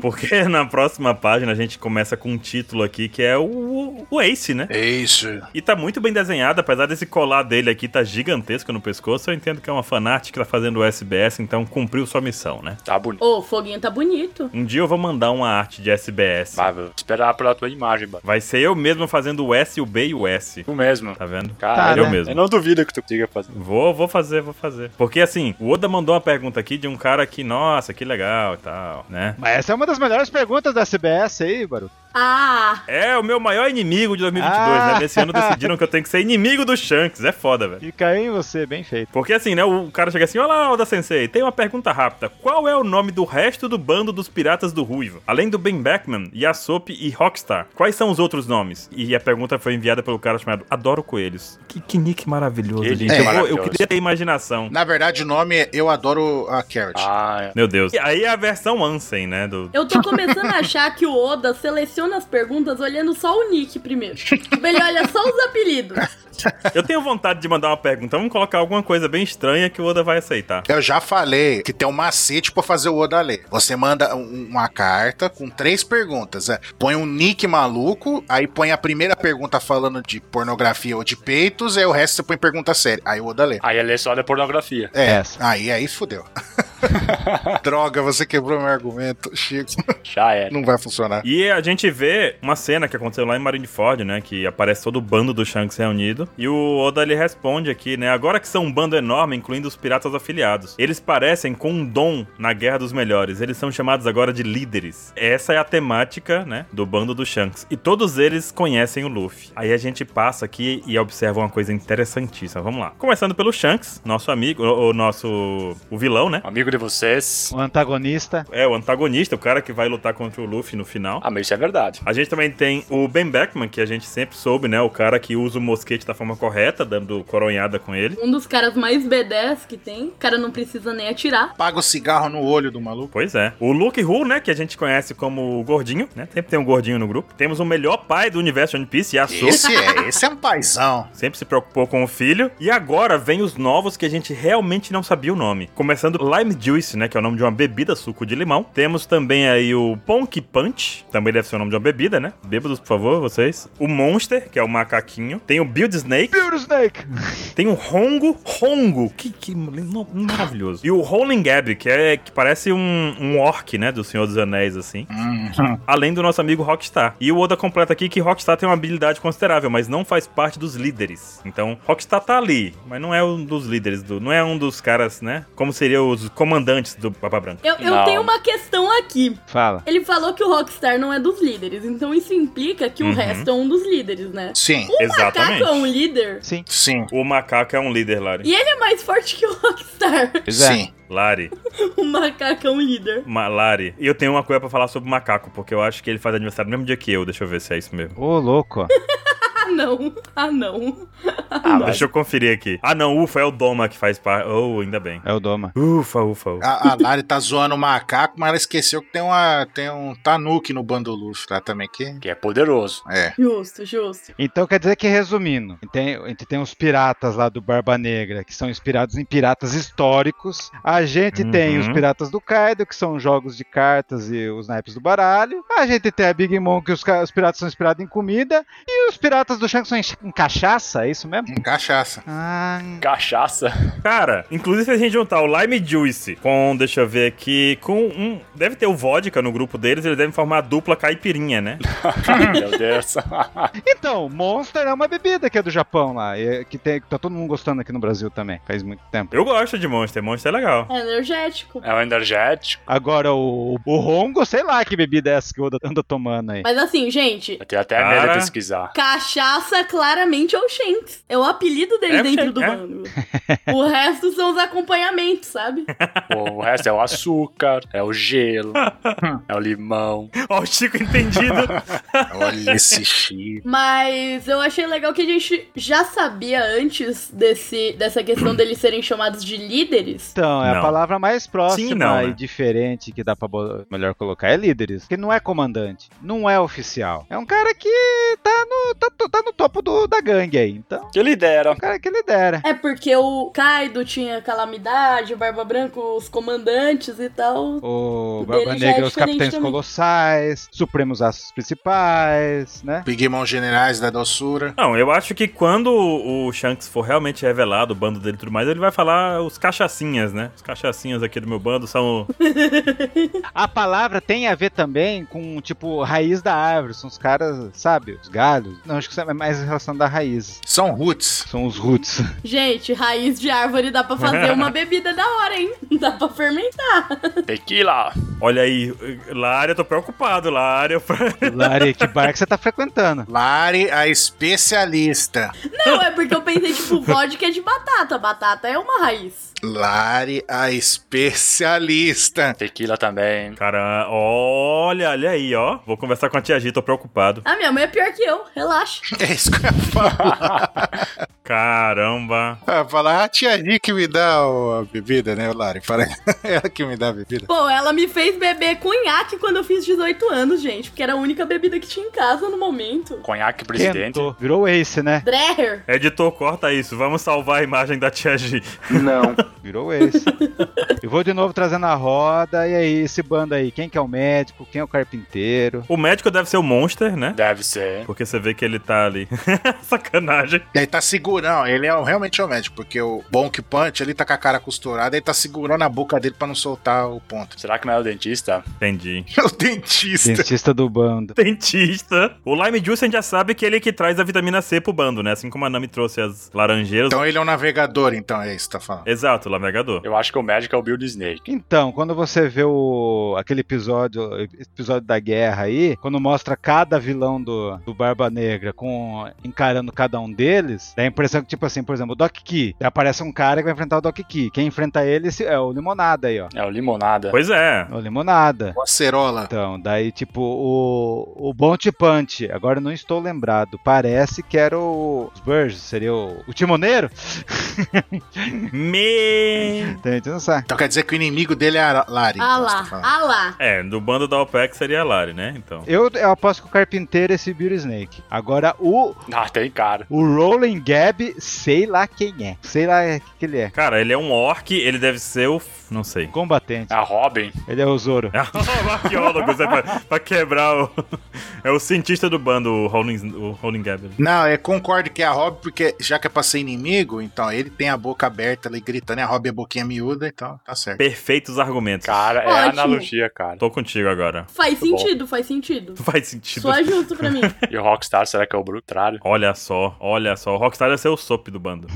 Porque na próxima página a gente começa com um título aqui que é o, o Ace, né?
É isso.
E tá muito bem desenhado, apesar desse colar dele aqui tá gigantesco no pescoço. Eu entendo que é uma fanart que tá fazendo o SBS, então cumpriu sua missão, né?
Tá bonito.
Ô, o foguinho tá bonito.
Um dia eu vou mandar uma arte de SBS.
Vai, vou esperar pela tua imagem, mano.
Vai ser eu mesmo fazendo o S, o B e o S.
Tu mesmo.
Tá vendo?
Cara,
Tá,
eu
né?
mesmo. Eu não duvido que tu consiga fazer.
Vou, vou fazer, vou fazer. Porque assim, o Oda mandou uma pergunta aqui de um cara que, nossa, que legal e tal, né?
Mas essa é uma das melhores perguntas da CBS aí, Baru.
Ah!
É o meu maior inimigo de 2022,
Ah.
né? Nesse ano decidiram que eu tenho que ser inimigo do Shanks. É foda, velho.
Fica aí em você, bem feito.
Porque assim, né? O cara chega assim: Olá, Oda Sensei, tem uma pergunta rápida. Qual é o nome do resto do bando dos piratas do Ruivo? Além do Ben Beckman, Yasop e Rockstar, quais são os outros nomes? E a pergunta foi enviada pelo cara chamado Adoro Coelhos. Que, que nick maravilhoso,
Que
gente.
nick
Eu- eu,
maravilhoso.
queria ter imaginação.
Na verdade, o nome é Eu Adoro a Carrot.
Ah,
Meu Deus. E aí é a versão Ansem, né? Do,
Eu tô começando a achar que o Oda seleciona as perguntas olhando só o nick primeiro. Tipo, ele olha só os apelidos.
Eu tenho vontade de mandar uma pergunta. Vamos colocar alguma coisa bem estranha que o Oda vai aceitar.
Eu já falei que tem um macete pra fazer o Oda ler. Você manda um- uma carta com três perguntas. é. Põe um nick maluco, aí põe a primeira pergunta falando de pornografia ou de peitos, aí o resto você põe pergunta séria. Aí o Oda lê.
aí ele é só da pornografia.
É,
Essa.
aí, aí fudeu. Droga, você quebrou meu argumento, Chico.
Já era.
Não vai funcionar.
E a gente vê uma cena que aconteceu lá em Marineford, né? Que aparece todo o bando do Shanks reunido. E o Oda ele responde aqui, né? Agora que são um bando enorme, incluindo os piratas afiliados, eles parecem com um dom na Guerra dos Melhores. Eles são chamados agora de líderes. Essa é a temática, né? Do bando do Shanks. E todos eles conhecem o Luffy. Aí a gente passa aqui e observa uma coisa interessantíssima. Vamos lá. Começando pelo Shanks, nosso amigo, o, o nosso. o vilão, né?
Um Amigo de vocês.
O antagonista.
É, o antagonista, o cara que vai lutar contra o Luffy no final.
Ah, mas isso é verdade.
A gente também tem o Ben Beckman, que a gente sempre soube, né? O cara que usa o mosquete da forma correta, dando coronhada com ele.
Um dos caras mais B10 que tem. O cara não precisa nem atirar.
Paga o cigarro no olho do maluco.
Pois é. O Luke Hu, né? Que a gente conhece como o Gordinho, né? Sempre tem um gordinho no grupo. Temos o melhor pai do universo One Piece, Yasuo.
Esse é, esse é um paizão.
Sempre se preocupou com o filho. E agora vem os novos que a gente realmente não sabia o nome. Começando Lime Juice, né? Que é o nome de uma bebida, suco de limão. Temos também aí o Ponky Punch. Também deve ser o nome de uma bebida, né? Bêbados, por favor, vocês. O Monster, que é o macaquinho. Tem o Build Snake.
Beauty Snake!
Tem um o Hongo. Hongo. Que, que no- um maravilhoso. E o Rolling Gab, que, é, que parece um, um orc, né? Do Senhor dos Anéis, assim. Além do nosso amigo Rockstar. E o Oda completa aqui que Rockstar tem uma habilidade considerável, mas não faz parte dos líderes. Então, Rockstar tá ali, mas não é um dos líderes. Do, não é um dos caras, né? Como seriam os comandantes do Papa Branco.
Eu, eu
Não.
tenho uma questão aqui.
Fala.
Ele falou que o Rockstar não é dos líderes, então isso implica que
Uhum.
o resto é um dos líderes, né?
Sim,
O
Exatamente.
macaco é um líder?
Sim.
sim,
O macaco é um líder, Lari.
E ele é mais forte que o Rockstar.
Pois é.
sim.
Lari.
O macacão líder.
Ma Lari. E eu tenho uma coisa pra falar sobre o macaco, porque eu acho que ele faz aniversário no mesmo dia que eu. Deixa eu ver se é isso mesmo.
Ô, louco.
Ah, não. Ah, não.
Ah, mas
Deixa eu conferir aqui. Ah, não, ufa, é o Doma que faz parte. Oh, ainda bem.
É o Doma.
Ufa, ufa, ufa.
A, a Lari tá zoando o macaco, mas ela esqueceu que tem, uma, tem um tanuki no bando Luffy lá também. Que
que é poderoso.
é.
Justo, justo.
Então quer dizer que, resumindo, tem, a gente tem os piratas lá do Barba Negra, que são inspirados em piratas históricos. A gente tem os
Uhum.
piratas do Kaido, que são jogos de cartas e os naipes do baralho. A gente tem a Big Mom, que os, ca- os piratas são inspirados em comida. E os piratas do Shanks são em, em cachaça, é isso mesmo?
Um cachaça.
Ah,
Cachaça.
Cara, inclusive se a gente juntar o Lime Juice com, deixa eu ver aqui, com um. Deve ter o vodka no grupo deles, eles devem formar a dupla caipirinha, né?
Meu Deus.
Então, Monster é uma bebida que é do Japão lá, e que, tem- que tá todo mundo gostando aqui no Brasil também, faz muito tempo.
Eu gosto de Monster, Monster é legal.
É energético.
É um energético.
Agora, o, o Rongo, sei lá que bebida é essa que o Oda anda tomando aí.
Mas assim, gente,
Eu tenho até medo de
Cara.
pesquisar.
cachaça claramente é o Shanks. É o apelido dele
É o
dentro
Shanks,
do
é.
bando. o resto são os acompanhamentos, sabe?
O resto é o açúcar, é o gelo, é o limão.
Ó, o Chico entendido.
Olha esse Chico.
Mas eu achei legal que a gente já sabia antes desse, dessa questão deles serem chamados de líderes.
Então, é a
Não.
palavra mais próxima
Sim, não,
e
né?
diferente que dá pra bo- melhor colocar é líderes. Porque não é comandante, não é oficial. É um cara que tá no, tá, tá no topo do, da gangue aí. Então,
Que lidera.
é um cara que lidera.
É porque o Kaido tinha calamidade, o Barba Branca, os comandantes e tal.
O
O
Barba
dele já é
Negra, os
diferente
capitães
também.
colossais, supremos astros principais, né?
Big Mom Generais da doçura.
Não, eu acho que quando o o Shanks for realmente revelado, o bando dele e tudo mais, ele vai falar os cachacinhas, né? Os cachacinhas aqui do meu bando são.
A palavra tem a ver também com, tipo, raiz da árvore. São os caras, sabe? Os galhos. Não, acho que isso é mais em relação da raiz.
São roots.
São os roots.
Gente, raiz de árvore dá pra fazer uma bebida da hora, hein? Dá pra fermentar.
Tequila.
Olha aí, Lária, eu tô preocupado, Lária.
Lari, que bar que você tá frequentando?
Lari, a especialista.
Não, é porque eu pensei, tipo, vodka é de batata. Batata é uma raiz.
Lari, a especialista.
Tequila também.
Cara, olha, olha aí, ó. Vou conversar com a tia G, tô preocupado.
Ah, minha mãe é pior que eu, relaxa.
É isso que eu ia falar.
Caramba.
Eu ia falar, a tia Gi que me dá o- a bebida, né, Lari? Fala- Ela que me dá a bebida.
Pô, ela me fez beber cunhaque quando eu fiz 18 anos, gente, porque era a única bebida que tinha em casa no momento.
Conhaque presidente.
Tentou. Virou ace, né?
Dreher.
Editor, corta isso. Vamos salvar a imagem da tia G.
Virou esse. Eu vou de novo trazendo a roda. E aí, esse bando aí? Quem que é o médico? Quem é o carpinteiro?
O médico deve ser o Monster, né?
Deve ser.
Porque você vê que ele tá ali. Sacanagem.
Ele tá segurando, ele é o- realmente é o médico, porque o Bonk Punch ele tá com a cara costurada, ele tá segurando a boca dele pra não soltar o ponto.
Será que não é o dentista?
Entendi.
É o dentista.
Dentista do bando.
Dentista. O Lime Juice a gente já sabe que ele é que traz a vitamina C pro bando, né? Assim como a Nami trouxe as laranjeiras.
Então ele é um navegador, então é isso que tá falando.
Exato, o lamegador.
Eu acho que o médico é o Bill Snake.
Então, quando você vê o, aquele episódio, episódio da guerra aí, quando mostra cada vilão do, do Barba Negra com encarando cada um deles, dá a impressão que, tipo assim, por exemplo, o Doc Key. Daí Aparece um cara que vai enfrentar o Doc Key. Quem enfrenta ele se- é o Limonada aí, ó.
É o Limonada.
Pois é.
É o Limonada.
O Acerola.
Então, daí, tipo, o, o Bounty Punch, agora eu não estou lembrado, parece que era o. Os Burge, seria o, o Timoneiro?
Me.
Então, a gente não sabe.
Então quer dizer que o inimigo dele é a Lari.
Ah
então, você
lá,
tá falando.
ah lá.
É, do bando da OPEC seria a Lari, né? Então.
Eu, eu aposto que o carpinteiro é esse Beauty Snake. Agora, o,
Ah, tem cara.
o Rolling Gab, sei lá quem é. Sei lá o que, que ele é.
Cara, ele é um orc, ele deve ser o. Não sei.
Combatente.
É a Robin.
Ele é o Zoro.
É o arqueólogo, é pra, pra quebrar o. É o cientista do bando, o Rolling, o Rolling Gabriel.
Não, eu concordo que é a Rob, porque já que é pra ser inimigo, então ele tem a boca aberta ali gritando, e a Rob é boquinha miúda, então tá certo.
Perfeitos argumentos.
Cara, é
Ótimo.
analogia, cara.
Tô contigo agora.
Faz
Muito bom.
sentido, faz sentido.
Faz sentido.
Só justo pra mim.
E o Rockstar, será que é o contrário.
Olha só, olha só. O Rockstar ia ser o sop do bando.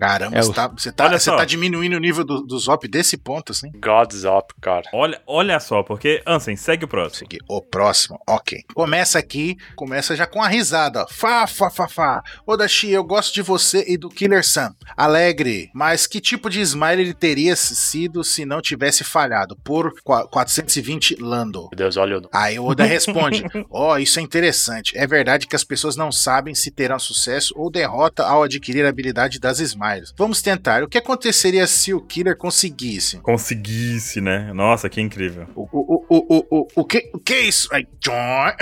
Caramba,
É,
você
o-
tá, você tá-
Olha
você
só.
tá diminuindo o nível do, do Zop desse ponto, assim?
God's up, cara.
Olha, olha só, porque. Ansem, segue o próximo.
Seguir o próximo, ok. Começa aqui, começa já com a risada. ó. Fá, fá, fá, fá. Odashi, eu gosto de você e do Killer Sam. Alegre, mas que tipo de smile ele teria sido se não tivesse falhado? Por qua- 420 Lando.
Meu Deus, olha o
Aí o Oda responde: Ó, isso é interessante. É verdade que as pessoas não sabem se terão sucesso ou derrota ao adquirir a habilidade das Smiles. Vamos tentar. O que aconteceria se o Killer conseguisse?
Conseguisse, né? Nossa, que incrível.
O, o, o, o, o, o, que, o que é isso? Aí, tchon,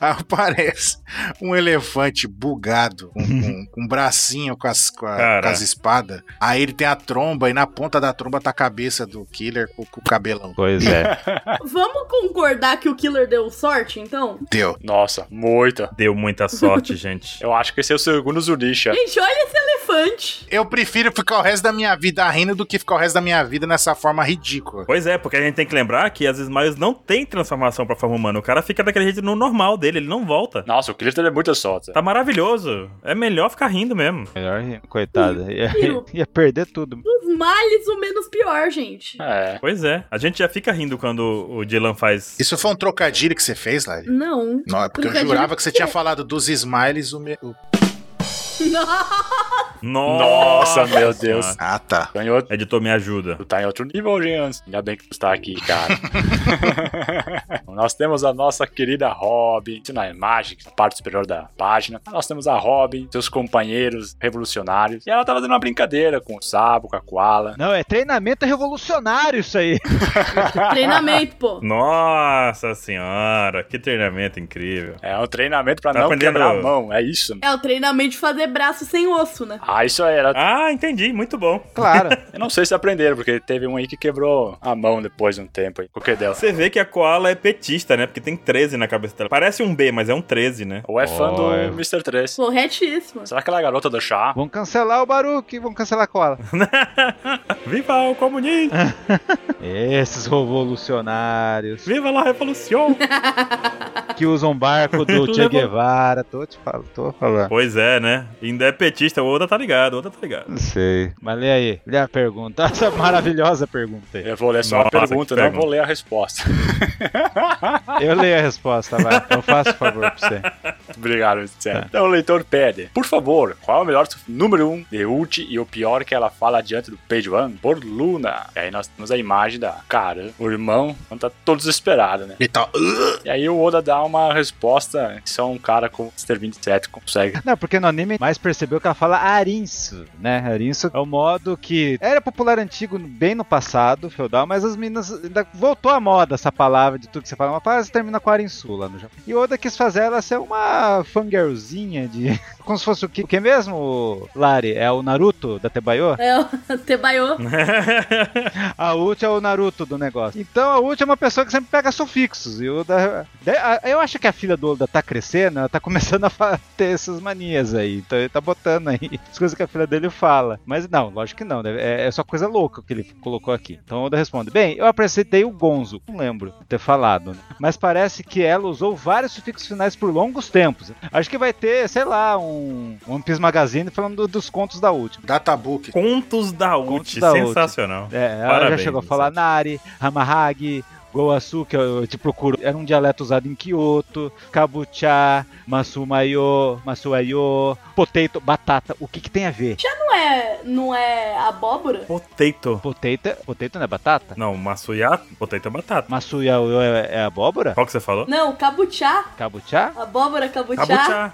aparece um elefante bugado, com, com, com um bracinho com as, com, a,
Cara.
com as espadas. Aí ele tem a tromba e na ponta da tromba tá a cabeça do Killer com, com o cabelão.
Pois é.
Vamos concordar que o Killer deu sorte, então?
Deu.
Nossa, muita.
Deu muita sorte, gente.
Eu acho que esse é o segundo Zulisha.
Gente, olha esse elefante.
Eu prefiro ficar o resto da minha vida rindo do que ficar o resto da minha vida nessa forma ridícula.
Pois é, porque a gente tem que lembrar que as Smiles não tem transformação pra forma humana. O cara fica daquele jeito no normal dele, ele não volta.
Nossa, o Killer teve muita sorte.
Tá maravilhoso. É melhor ficar rindo mesmo.
Melhor rir. Coitada. Ia,
Tiro.
ia perder tudo.
Os males, o menos pior, gente.
É.
Pois é. A gente já fica rindo quando o Dylan faz.
Isso foi um trocadilho que você fez, Lari?
Não.
Não, é porque eu
Trocadilho
jurava que você
por quê?
tinha falado dos Smiles. O me... o-
Não.
Nossa,
Nossa, meu Deus.
Senhora.
Ah, tá.
Tá em outro,
Editor, me ajuda.
tu tá em outro nível, Jeans. Ainda bem que tu está aqui, cara. Nós temos a nossa querida Robin. Isso na imagem, na parte superior da página. Nós temos a Robin, seus companheiros revolucionários. E ela tá fazendo uma brincadeira com o Sabo, com a Koala.
Não, é treinamento revolucionário isso aí.
Treinamento, pô.
Nossa senhora, que treinamento incrível.
É um treinamento pra
Tá
não
aprendendo-
quebrar a mão, é isso?
É o treinamento de fazer braço sem osso, né?
Ah, isso aí era.
Ah, entendi, muito bom.
Claro.
Eu não sei se aprenderam, porque teve um aí que quebrou a mão depois de um tempo aí. O que deu?
Você vê que a Koala é petista, né? Porque tem 13 na cabeça dela. Parece um B, mas é um 13, né?
Ou é fã do
Oh, é.
Mr. 3.
Corretíssimo.
Será que ela é a garota do chá?
Vão cancelar o Baruque, vão cancelar a cola.
Viva o comunismo!
Esses revolucionários
Viva la revolução!
que usam barco do Che Guevara. Tô te falando, tô falando.
pois é, né? Ainda é petista, o Oda tá ligado, o Oda tá ligado.
Não sei. Mas lê aí, lê a pergunta. Essa maravilhosa pergunta aí.
Eu vou ler só
Nossa,
a pergunta,
que
não
pergunta.
vou ler a resposta.
Eu leio a resposta, vai. Eu faço o favor pra você.
Obrigado, Luciano. Então o leitor pede, por favor, qual é o melhor su- número 1 um de ult e o pior é que ela fala diante do Page One? Por Luna. E aí nós temos a imagem da cara, o irmão, então tá todo desesperado, né?
E tal.
E aí o Oda dá uma resposta que só um cara com Mr. 27 consegue.
Não, porque no anime mais percebeu que ela fala Arinsu, né? Arinsu é o modo que era popular antigo bem no passado, feudal, mas as minas ainda voltou à moda essa palavra de tudo que você fala. Uma frase termina com Arinsu lá no Japão. E Oda quis fazer ela ser uma fangirlzinha de. Como se fosse o que, o que mesmo, Lari? É o Naruto da Tebayo?
É o Tebaiô.
A Uchi é o Naruto do negócio. Então a Uchi é uma pessoa que sempre pega sufixos. E o da- de- a- Eu acho que a filha do Oda tá crescendo, ela tá começando a fa- ter essas manias aí. Então ele tá botando aí as coisas que a filha dele fala. Mas não, lógico que não. né? É, é só coisa louca que ele colocou aqui. Então o Oda responde: Bem, eu apresentei o Gonzo. Não lembro de ter falado, né? Mas parece que ela usou vários sufixos finais por longos tempos. Acho que vai ter, sei lá, um One Piece Magazine falando do- dos contos da Uchi.
Databook.
Contos da
Contos
Ult,
da Ult.
sensacional.
É, ela
Parabéns,
já chegou a
você.
falar Nari, Hamahagi, Goasu, que eu, eu te procuro, era um dialeto usado em Kyoto, Kabucha, Masumayo, Masuayo, Potato, batata, o que que tem a ver?
Não é, não é abóbora?
Potato.
Potato, potato não é batata?
Não, Massuya, potato é batata.
Masuyayo é, é abóbora?
Qual que você falou?
Não, cabuchá.
Kabucha?
Abóbora, cabuchá.
Cabuchá.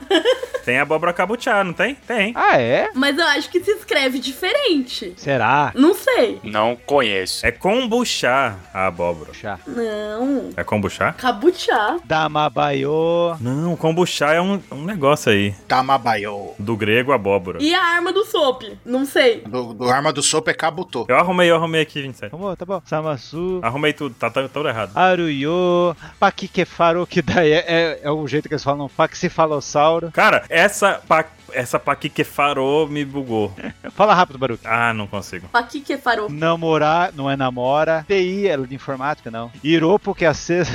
tem abóbora cabuchá, não tem? Tem.
Ah, é?
Mas eu acho que se escreve diferente.
Será?
Não sei.
Não conheço.
É kombuchá a abóbora.
Chá.
Não.
É kombuchá?
Cabuchá.
Damabayo.
Não, kombuchá é um, um negócio aí.
tá Tamabayo.
Do grego, abóbora.
E a arma do Sop? Não sei.
Do, do arma do sopa é Kabuto.
Eu arrumei, eu arrumei aqui, 27.
Tá bom, tá bom. Samasu.
Arrumei tudo, tá, tá tudo errado.
Aruyo, Paquikefaro, que daí é, é, é o jeito que eles falam, Paxifalossauro.
Cara, essa. pa- Essa Paquique farou me bugou.
Fala rápido, Baruque.
Ah, não consigo.
Paqui que é farou.
Namorar não é namora. TI é de informática, não. Iropo, que é a sexta.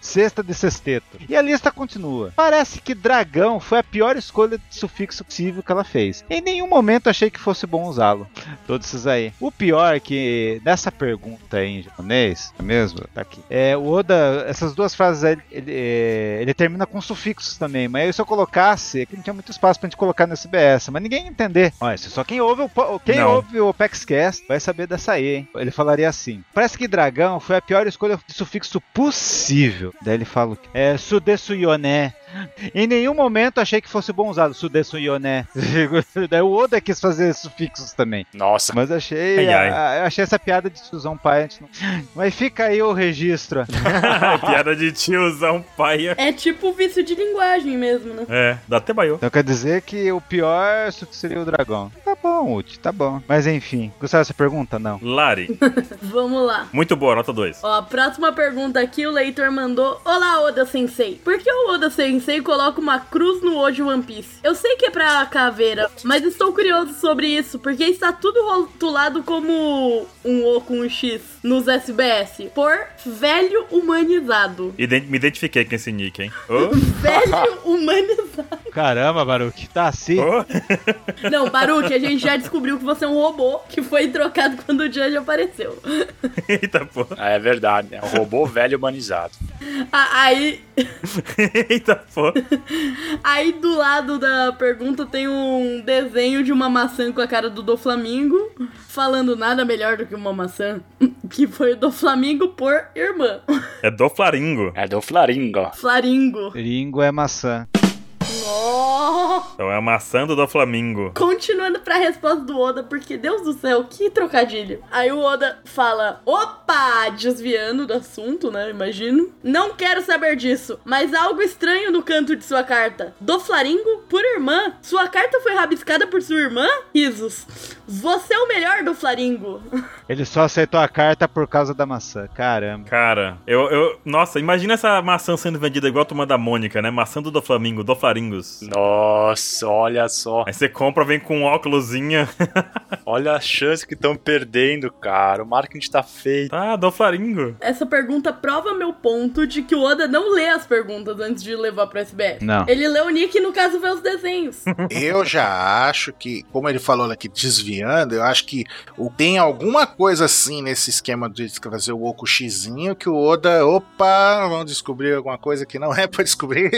sexta de sexteto. E a lista continua. Parece que dragão foi a pior escolha de sufixo possível que ela fez. Em nenhum momento achei que fosse bom usá-lo. Todos esses aí. O pior é que nessa pergunta aí em japonês, é mesmo? Tá aqui. É, o Oda, essas duas frases aí, ele, é, ele termina com sufixos também. Mas aí se eu colocasse, é que não tinha muito espaço pra gente colocar no SBS. Mas ninguém ia entender. Olha, se só quem ouve o, po- quem
Não.
ouve o Opexcast vai saber dessa aí, hein? Ele falaria assim: Parece que dragão foi a pior escolha de sufixo possível. Daí ele fala: o quê? É, Sudesuyoné. Em nenhum momento achei que fosse bom usado Sudesuyoné. Daí o Oda quis fazer sufixos também.
Nossa,
Mas achei.
Ai, ai.
a- a- achei essa piada de Suzão Pai. a gente não- Mas fica aí o registro.
Piada de tiozão paia.
É tipo vício de linguagem mesmo, né?
É, dá até baiô.
Então quer dizer que o pior su- seria o dragão. Tá bom, Uti, tá bom. Mas enfim, gostaram dessa pergunta? Não.
Lari,
Vamos lá.
muito boa, nota 2.
Ó, a próxima pergunta aqui, o leitor mandou: Olá, Oda Sensei. Por que o Oda Sensei coloca uma cruz no olho de One Piece? Eu sei que é pra caveira, mas estou curioso sobre isso, porque está tudo rotulado como um O com um X nos SBS por velho humanizado.
Iden- me identifiquei com esse nick, hein? Ô,
Velho humanizado.
Caramba, Baruque, tá assim.
ô.
Não, Baruque, a gente já descobriu que você é um robô que foi trocado quando o Judge apareceu.
Eita porra.
é verdade. É um robô velho humanizado.
A- Aí
Eita porra.
Aí do lado da pergunta tem um desenho de uma maçã com a cara do Doflamingo, falando nada melhor do que uma maçã, que foi o Doflamingo por irmã.
É do Flaringo.
É do Flaringo.
Flaringo.
Ringo é maçã.
Oh!
Então é a maçã do Flamingo.
Continuando pra resposta do Oda, porque Deus do céu, que trocadilho. Aí o Oda fala: opa! Desviando do assunto, né? Imagino. Não quero saber disso, mas há algo estranho no canto de sua carta. Do Flaringo por irmã. Sua carta foi rabiscada por sua irmã? Risos. Você é o melhor do Flaringo.
Ele só aceitou a carta por causa da maçã. Caramba.
Cara, eu, eu. Nossa, imagina essa maçã sendo vendida igual a turma da Mônica, né? Maçã do Flamingo, do Flaringos.
Nossa, olha só.
Aí você compra, vem com um óculosinha.
Olha a chance que estão perdendo, cara. O marketing tá feito.
tá, do Flaringo.
Essa pergunta prova meu ponto de que o Oda não lê as perguntas antes de levar pro SBS.
Não.
Ele lê o Nick e, no caso, vê os desenhos.
Eu já acho que, como ele falou aqui, desviando, eu acho que o- tem alguma coisa assim nesse esquema de fazer o Oco Xzinho que o Oda, opa, vamos descobrir alguma coisa que não é pra descobrir.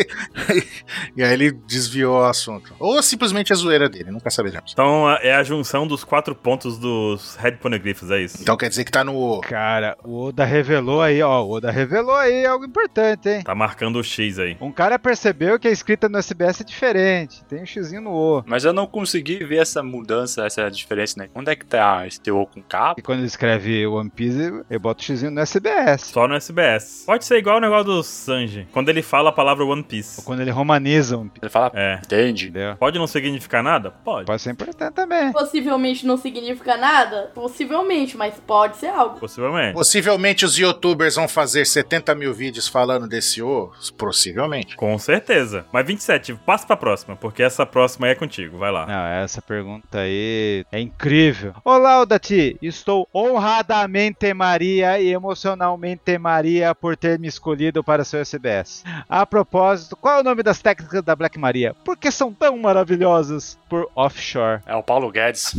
e aí ele desviou o assunto. Ou simplesmente a zoeira dele, nunca saberemos.
Então a- é a junção dos quatro pontos dos Red Poneglyphs, é isso?
Então quer dizer que tá no.
Cara, o Oda revelou aí, ó. O Oda revelou aí algo importante, hein?
Tá marcando o X aí.
Um cara percebeu que a escrita no SBS é diferente. Tem um xizinho no O.
Mas eu não consegui ver essa mudança, essa diferença, né? Onde é que tá esse O com K?
E quando ele escreve One Piece, eu boto o xizinho no SBS.
Só no SBS. Pode ser igual o negócio do Sanji. Quando ele fala a palavra One
Ou
Piece.
quando ele romaniza One Piece,
Ele fala,
É.
entende?
entendeu?
Pode não significar nada? Pode.
Pode ser importante também.
Possivelmente não significa nada? Possivelmente, mas pode ser algo.
Possivelmente.
Possivelmente os youtubers vão fazer 70 mil vídeos falando desse O. Possivelmente.
Com certeza. Mas 27, passa pra próxima, porque essa próxima aí é contigo. Vai lá.
Não, essa pergunta aí é incrível. Olá, Odati. Estou honradamente Maria e emocionalmente Maria por ter me escolhido para seu SBS. A propósito, qual é o nome das técnicas da Black Maria? Por que são tão maravilhosas? Por offshore.
É o Paulo Guedes.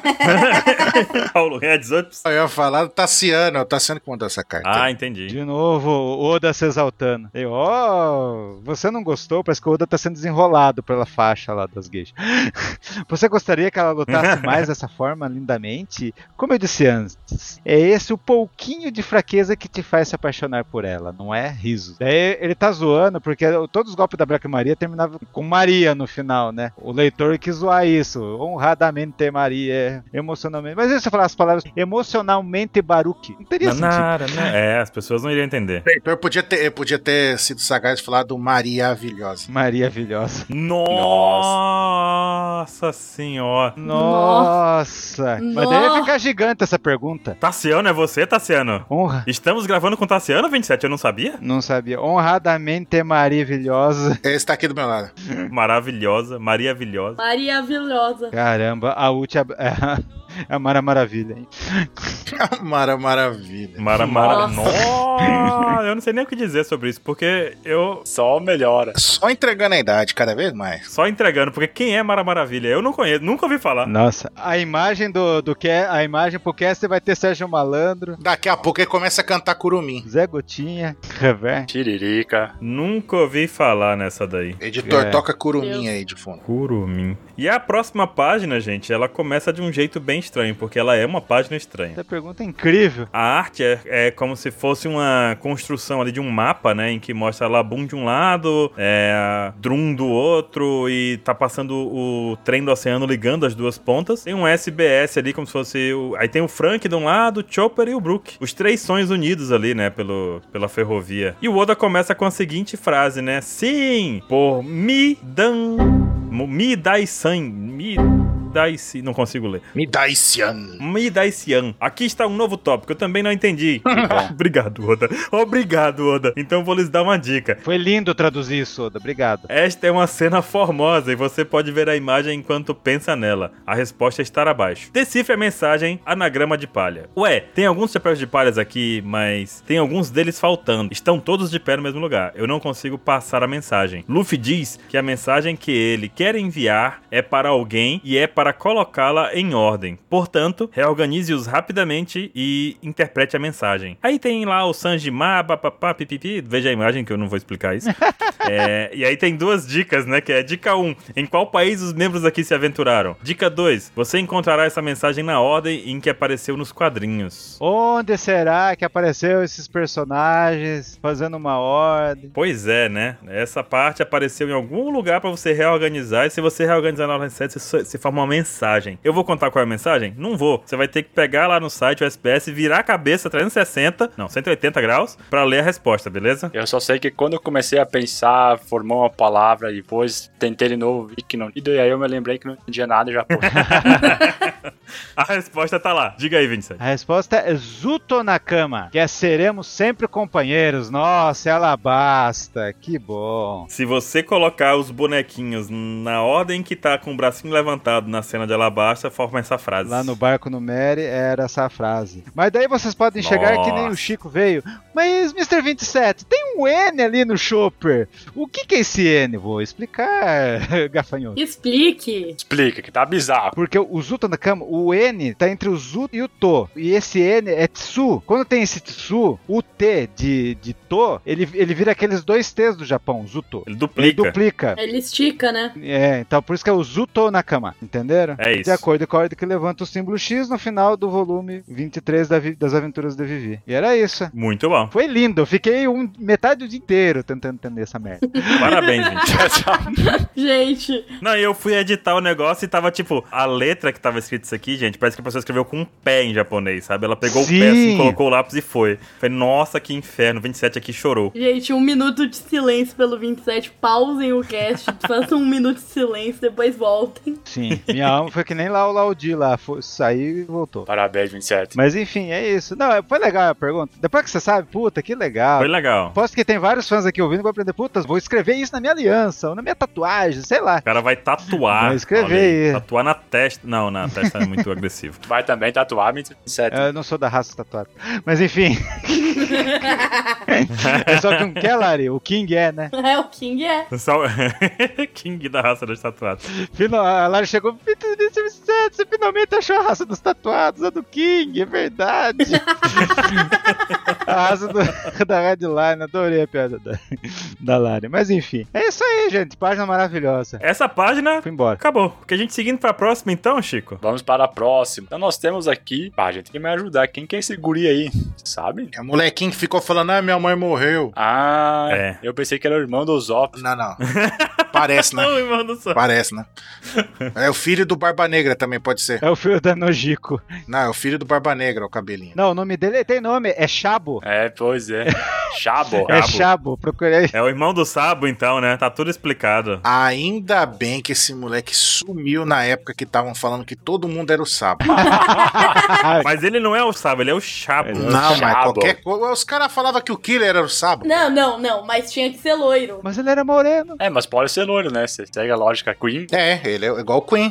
Paulo Reds, ups.
Eu ia falar do Tassiano, é o Tassiano que mandou essa carta.
Ah, entendi.
De novo, o Oda se exaltando. Eu, ó, você não gostou? Parece que o Oda tá sendo desenrolado pela faixa lá das gueixas. Você gostaria que ela lutasse mais dessa forma, lindamente? Como eu disse antes, é esse o pouquinho de fraqueza que te faz se apaixonar por ela, não é? Riso. Daí ele tá zoando, porque todos os golpes da Black Maria terminavam com Maria no final, né? O leitor quis zoar isso. Honradamente Maria, emocionalmente. Mas aí você falar as palavras emocionalmente baruque. Não teria sentido.
Nanara, né? É, as pessoas não iriam entender.
Então eu podia ter, eu podia ter sido sagaz e falado Maria Avilhosa.
Maravilhosa.
Nossa senhora.
Nossa. Mas
Nossa.
deve ficar gigante essa pergunta.
Tassiano, é você, Tassiano?
Honra.
Estamos gravando com Tassiano 27, eu não sabia?
Não sabia. Honradamente maravilhosa.
Ele está aqui do meu lado.
Maravilhosa, maravilhosa.
Maria Vilhosa.
Caramba, a última. É a Mara Maravilha, hein?
Mara Maravilha.
Mara, mara,
Nossa.
nossa. Eu não sei nem o que dizer sobre isso, porque eu.
Só melhora.
Só entregando a idade cada vez mais.
Só entregando, porque quem é Mara Maravilha? Eu não conheço, nunca ouvi falar.
Nossa, a imagem do, do que a imagem pro cast vai ter Sérgio Malandro,
Daqui a pouco ele começa a cantar Curumim.
Zé Gotinha, Rever.
Tiririca.
Nunca ouvi falar nessa daí.
Editor,
É.
toca Curumim aí de fundo.
Curumim. E a próxima página, gente, ela começa de um jeito bem estranho, porque ela é uma página estranha.
Essa pergunta é incrível.
A arte é, é como se fosse uma construção ali de um mapa, né? Em que mostra Labum de um lado, é, Drum do outro, e tá passando o trem do oceano ligando as duas pontas. Tem um SBS ali, como se fosse. O, aí tem o Frank de um lado, o Chopper e o Brook. Os três sonhos unidos ali, né? Pelo, pela ferrovia. E o Oda começa com a seguinte frase, né? Sim! Por mi dan. mo- Mi dai san. Mi dai si. Não consigo ler.
Me dá esse ano.
Me dá esse ano. Aqui está um novo tópico, eu também não entendi. Obrigado, Oda. Obrigado, Oda. Então vou lhes dar uma dica.
Foi lindo traduzir isso, Oda. Obrigado.
Esta é uma cena formosa e você pode ver a imagem enquanto pensa nela. A resposta está abaixo. Decifre a mensagem anagrama de palha. Ué, tem alguns chapéus de palhas aqui, mas tem alguns deles faltando. Estão todos de pé no mesmo lugar. Eu não consigo passar a mensagem. Luffy diz que a mensagem que ele quer enviar é para alguém e é para colocá-la em ordem. Portanto, reorganize-os rapidamente e interprete a mensagem. Aí tem lá o Sanjima, papapá, pipipi. Veja a imagem que eu não vou explicar isso. É, e aí tem duas dicas, né? Que é dica 1, em qual país os membros aqui se aventuraram? Dica 2, você encontrará essa mensagem na ordem em que apareceu nos quadrinhos.
Onde será que apareceu esses personagens fazendo uma ordem?
Pois é, né? Essa parte apareceu em algum lugar pra você reorganizar. E se você reorganizar na ordem certa, você se forma uma mensagem. Eu vou contar qual é a mensagem? Não vou. Você vai ter que pegar lá no site o SPS, virar a cabeça 360, não, 180 graus, pra ler a resposta, beleza?
Eu só sei que quando eu comecei a pensar, formou uma palavra e depois tentei de novo, vi que não. E daí eu me lembrei que não entendia nada e já pô.
A resposta tá lá. Diga aí, 27.
A resposta é Zuto Nakama, que é seremos sempre companheiros. Nossa, ela basta. Que bom.
Se você colocar os bonequinhos na ordem que tá com o bracinho levantado na cena de Alabasta, forma essa frase.
Lá no barco no Mary era essa frase. Mas daí vocês podem chegar que nem o
Nossa.
Chico veio. Mas, Mr. 27, tem um N ali no Chopper. O que, que é esse N? Vou explicar, gafanhoto.
Explique.
Explica, que tá bizarro.
Porque o Zuto Nakama, o N tá entre o Zuto e o To. E esse N é Tsu. Quando tem esse Tsu, o T de, de To, ele, ele vira aqueles dois T's do Japão, Zuto.
Ele
Ele
duplica.
duplica.
Ele estica, né?
É, então por isso que é o Zuto Nakama, entenderam?
É isso.
De acordo com a ordem que levanta o símbolo X no final do volume 23 da Vi- das Aventuras de Vivi. E era isso.
Muito bom.
Foi lindo, eu fiquei um- metade do dia inteiro tentando entender essa merda.
Parabéns, gente.
Gente,
Não, e eu fui editar o negócio e tava tipo, a letra que tava escrito isso aqui, gente, parece que a pessoa escreveu com um pé em japonês, sabe? Ela pegou o
Sim.
pé assim, colocou o lápis e foi. Falei, nossa, que inferno. 27 aqui chorou.
gente, um minuto de silêncio pelo 27. Pausem o cast, façam um minuto de silêncio, depois voltem.
Sim, minha alma foi que nem lá o Laudi lá, foi, saiu e voltou.
Parabéns, 27.
Mas enfim, é isso. Não, é- foi legal a pergunta. Depois que você sabe, puta, que legal.
Foi legal.
Aposto que tem vários fãs aqui ouvindo que vão aprender, puta, vou escrever isso na minha aliança, ou na minha tatuagem, sei lá.
O cara vai tatuar.
Vai escrever
olha aí,
aí.
Tatuar na testa. Não, na testa é muito agressivo.
Vai também tatuar 27.
É.
Eu não sou da raça tatuada. Mas enfim. é só que um Kellary, o King é, né?
É, o King é.
Só- King da raça dos tatuados.
Final, a Lari chegou. "Mr. 27, Você finalmente achou a raça dos tatuados, a do King, é verdade. a raça do- da Redline, adorei a piada da, da Lari. Mas enfim. É isso aí, gente. Página maravilhosa.
Essa página
Fui embora.
acabou. Que a gente seguindo pra próxima então, Chico?
Vamos para a próxima. Então nós temos aqui. Ah, gente, tem que me ajudar. Quem que é esse guri aí? Sabe?
É o molequinho que ficou falando, ah, minha mãe morreu.
Ah,
É.
eu pensei que era o irmão dos Zop.
Não, não. Parece, né?
Não, irmão do céu.
Parece, né? É o filho do Barba Negra também, pode ser.
É o filho da Nojiko.
Não, é o filho do Barba Negra, o cabelinho.
Não, o nome dele tem nome, é Chabo.
É, pois é. Chabo.
É
Chabo.
Chabo, procurei.
É o irmão do Sabo, então, né? Tá tudo explicado.
Ainda bem que esse moleque sumiu na época que estavam falando que todo mundo era o Sabo.
Mas ele não é o Sabo, ele é o Chabo.
Ele é o
Não, mas
Sabo.
qualquer coisa. Os caras falavam que o Killer era o Sabo.
Não, não, não, mas tinha que ser loiro.
Mas ele era moreno.
É, mas pode ser loiro, né? Você segue a lógica Queen.
É, ele é igual o Queen.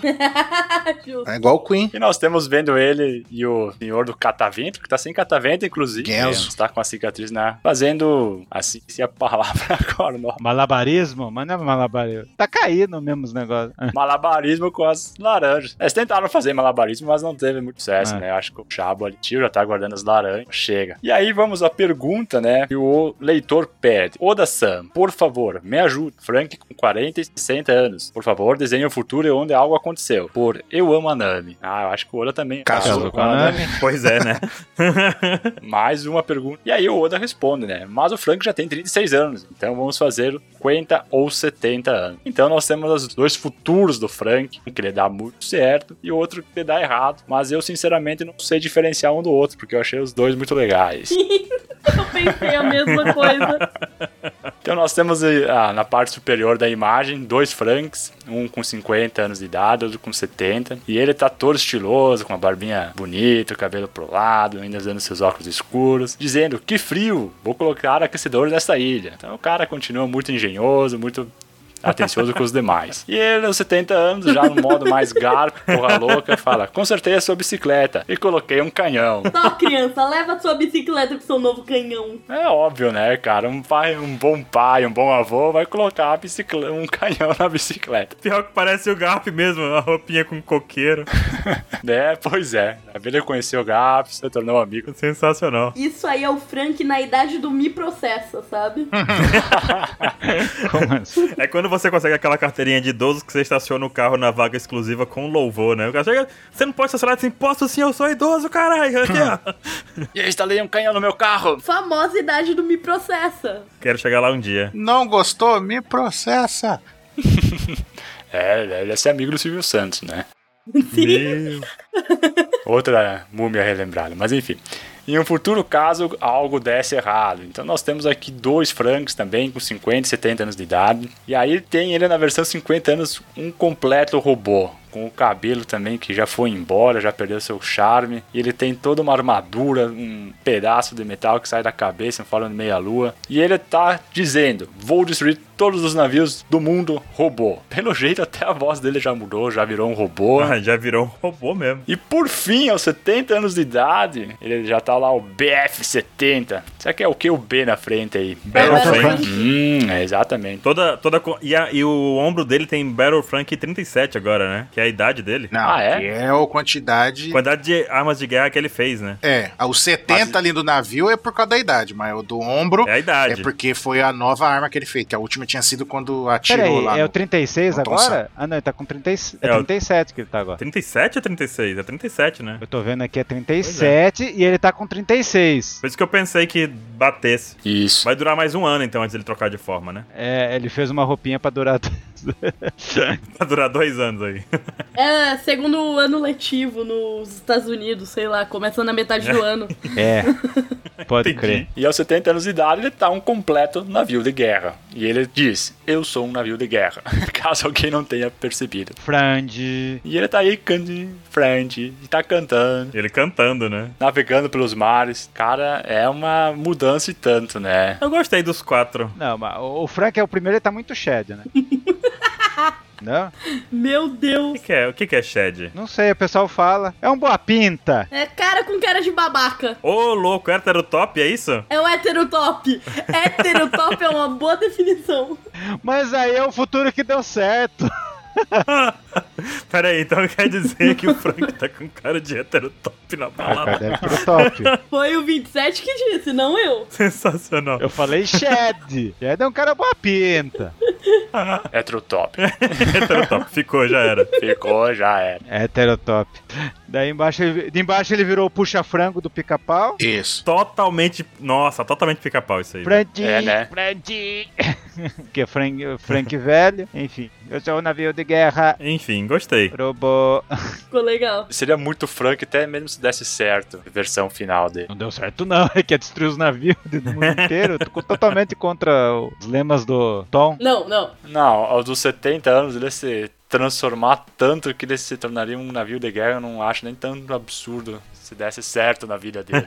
Justo.
É igual o Queen.
E nós temos vendo ele e o senhor do catavento, que tá sem catavento, inclusive.
Genzo.
Tá com a cicatriz na. Fazendo. Assim, se a palavra agora, não.
Malabarismo? Mas não é malabarismo. Tá caindo mesmo os negócios.
Malabarismo com as laranjas. Eles tentaram fazer malabarismo, mas não teve muito sucesso,
É.
né? Eu acho que o Chabo ali tio já tá guardando as laranjas. Chega. E aí vamos à pergunta, né? Que o leitor pede. Oda Sam, por favor, me ajude. Frank com 40 e 60 anos. Por favor, desenhe o futuro e onde algo aconteceu. Por Eu Amo a Nami. Ah, eu acho que o Oda também
Casou
É,
com a Nami.
Pois é, né?
Mais uma pergunta. E aí o Oda responde, né? Mas o Frank já tem 36 anos, então vamos fazer 50 ou 70 anos. Então nós temos os dois futuros do Frank, um que ele dá muito certo e o outro que ele dá errado. Mas eu sinceramente não sei diferenciar um do outro, porque eu achei os dois muito legais.
Eu pensei a mesma coisa.
Então nós temos eh, ah, na parte superior da imagem dois Franks, um com 50 anos de idade, outro com 70. E ele tá todo estiloso, com a barbinha bonita, o cabelo pro lado, ainda usando seus óculos escuros, dizendo: Que frio, vou colocar aquecedor nessa ilha. Então o cara continua muito engenhoso, muito. Atencioso com os demais. E ele, aos 70 anos, já no modo mais garfo, porra louca, fala: Consertei a sua bicicleta e coloquei um canhão.
Só criança, leva sua bicicleta pro seu novo canhão.
É óbvio, né, cara? Um pai, um bom pai, um bom avô vai colocar a bicicle- um canhão na bicicleta.
Pior que parece o Garp mesmo, a roupinha com coqueiro.
né? Pois é. A Ele conheceu o Gaps, se tornou amigo.
Sensacional.
Isso aí é o Frank na idade do me processa, sabe?
Como assim?
É quando você consegue aquela carteirinha de idoso que você estaciona o carro na vaga exclusiva com louvor, né? O cara chega, você não pode estacionar assim, posso sim, eu sou idoso, caralho. Aqui, ó.
E eu instalei um canhão no meu carro.
Famosa idade do me processa.
Quero chegar lá um dia.
Não gostou? Me processa.
É, ele- ele é ser amigo do Silvio Santos, né?
Sim.
Outra múmia relembrada, mas enfim. Em um futuro caso, algo desse errado. Então nós temos aqui dois Franks também, com 50 e 70 anos de idade. E aí tem ele na versão 50 anos, um completo robô. Com o cabelo também que já foi embora, já perdeu seu charme. E ele tem toda uma armadura, um pedaço de metal que sai da cabeça em forma de meia-lua. E ele tá dizendo: Vou destruir todos os navios do mundo robô. Pelo jeito, até a voz dele já mudou, já virou um robô.
Ah, já virou um robô mesmo.
E por fim, aos 70 anos de idade, ele já tá lá o BF70. Será que é o que o B na frente aí?
Battle
Battle
Frank.
Frank.
Hum, é, exatamente.
Toda, toda, co- e, a- e o ombro dele tem Battle Frank 37 agora, né? Que é a idade dele.
Não,
Ah, é?
que é a quantidade.
Quantidade de armas de guerra que ele fez, né?
É, ah, os 70 ali do navio é por causa da idade, mas o do ombro
É a idade.
é porque foi a nova arma que ele fez, que a última tinha sido quando atirou
Peraí,
lá.
é
no-
o 36
no Tom
agora? Ah, não, ele tá com 30, é
É o-
37 que ele tá agora.
37 ou 36? É 37, né?
Eu tô vendo aqui é 37 e ele tá com 36.
Por isso que eu pensei que batesse.
Isso.
Vai durar mais um ano, então, antes dele trocar de forma, né?
É, ele fez uma roupinha pra durar.
Vai durar dois anos aí.
É, segundo ano letivo nos Estados Unidos, sei lá, começa na metade do ano.
é. Pode crer.
E aos 70 anos de idade, ele tá um completo navio de guerra. E ele diz: Eu sou um navio de guerra. Caso alguém não tenha percebido.
Frange.
E ele tá aí, cantando, frente, e tá cantando.
Ele cantando, né?
Navegando pelos mares. Cara, é uma mudança e tanto, né?
Eu gostei dos quatro.
Não, mas o o Frank é o primeiro, ele tá muito shed, né? não?
Meu
O
Deus.
que, que é? O que, que é Shed?
Não sei, o pessoal fala. É um boa pinta.
É cara com cara de babaca.
Ô, louco, hétero top, é isso?
É um heterotop. Heterotop é uma boa definição.
Mas aí é o futuro que deu certo.
Pera aí, então quer dizer que o Frank tá com cara de hétero top na balada.
Deve é pro top.
Foi o 27 que disse, não eu.
Sensacional.
Eu falei Shed. Shed é um cara boa pinta.
É true top.
hétero top, ficou, já era.
Ficou, já era.
É Heterotop. Daí embaixo, ele- de embaixo ele virou o puxa-frango do pica-pau.
Isso.
Totalmente. Nossa, totalmente pica-pau isso aí. velho.
Frank,
É, né?
Frank. que é Frank, Frank velho. Enfim, eu sou um navio de guerra.
Enfim, gostei.
Robô.
Ficou legal.
Seria muito Frank, até mesmo se desse certo a versão final dele.
Não deu certo não, é que ia destruir os navios do mundo inteiro. Eu tô totalmente contra os lemas do Tom.
Não, não.
Não, aos dos 70 anos ele ia se transformar tanto que ele se tornaria um navio de guerra, eu não acho nem tanto absurdo se desse certo na vida dele.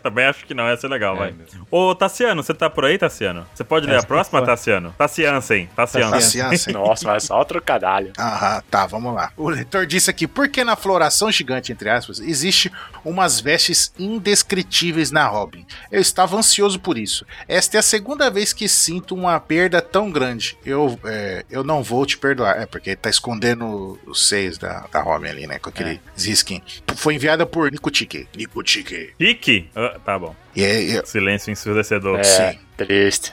Também acho que não, ia ser legal, vai. Ô, Tassiano, você tá por aí, Tassiano? Você pode ler a
Essa
próxima,
pessoa.
Tassiano? Tassiansen, Tassiansen.
Paciência.
Nossa, mas é só outro caralho.
Aham, tá, vamos lá. O leitor disse aqui, por que na floração gigante, entre aspas, existe umas vestes indescritíveis na Robin? Eu estava ansioso por isso. Esta é a segunda vez que sinto uma perda tão grande. Eu, é, eu não vou te perdoar. É, porque tá escondendo os seis da, da Robin ali, né? Com aquele risquinho. Foi enviada por Nicotique. Nicotique.
Rick? Ah, tá bom.
E aí, eu-
Silêncio ensurdecedor.
É,
Sim.
triste.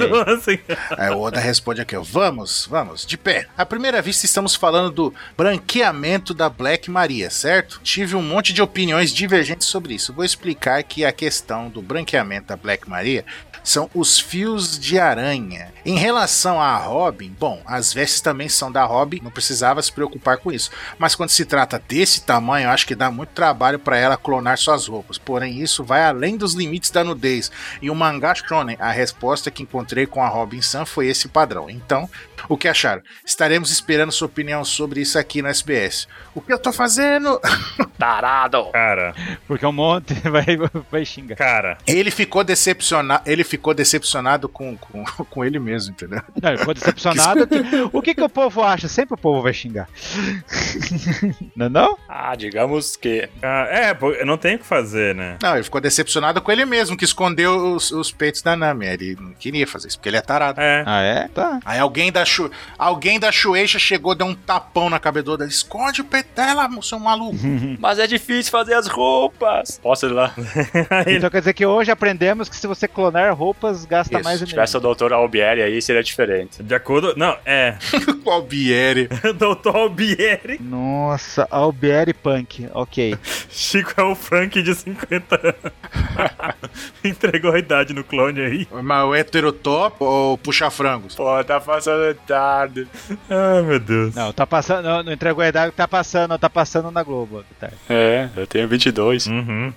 aí?
Assim,
Aí o Oda responde aqui, ó. Vamos, vamos, de pé. À primeira vista, estamos falando do branqueamento da Black Maria, certo? Tive um monte de opiniões divergentes sobre isso. Vou explicar que a questão do branqueamento da Black Maria são os fios de aranha. Em relação à Robin, bom, as vestes também são da Robin, não precisava se preocupar com isso. Mas quando se trata desse tamanho, eu acho que dá muito trabalho para ela clonar suas roupas. Porém, isso vai além dos limites da nudez. E o mangá shonen, a resposta que encontrei com a Robin San foi esse padrão. Então, o que acharam? Estaremos esperando sua opinião sobre isso aqui no SBS. O que eu tô fazendo?
Tarado!
cara,
Porque um monte vai, vai xingar.
cara.
Ele ficou decepcionado, ele ficou decepcionado com, com, com ele mesmo, entendeu?
Não, eu ficou decepcionado. o que, que o povo acha? Sempre o povo vai xingar. não é não?
Ah, digamos que.
Ah, é, pô, eu não tenho o que fazer, né?
Não, ele ficou decepcionado com ele mesmo, que escondeu os, os peitos da Nami. Ele não queria fazer isso, porque ele é tarado.
É.
Ah, é? Tá.
Aí alguém da, Shu, alguém da Shueisha chegou, deu um tapão na cabeça dele. Esconde o peito dela, mo- seu maluco.
Mas é difícil fazer as roupas! Posso ir lá?
Então quer dizer que hoje aprendemos que se você clonar roupas, gasta
Isso,
mais
Se
energia.
tivesse o doutor Albieri aí, seria diferente.
De acordo. Não, é.
o Albieri.
Doutor Albieri.
Nossa, Albieri Punk. Ok.
Chico é o Frank de 50 anos. Entregou a idade no clone aí.
Mas o heterotop ou puxa frangos?
Pô, tá passando tarde.
Ai, meu Deus.
Não, tá passando. Não, não entregou a idade, tá passando, tá passando na Globo. Tá.
É, eu tenho 22.
Uhum.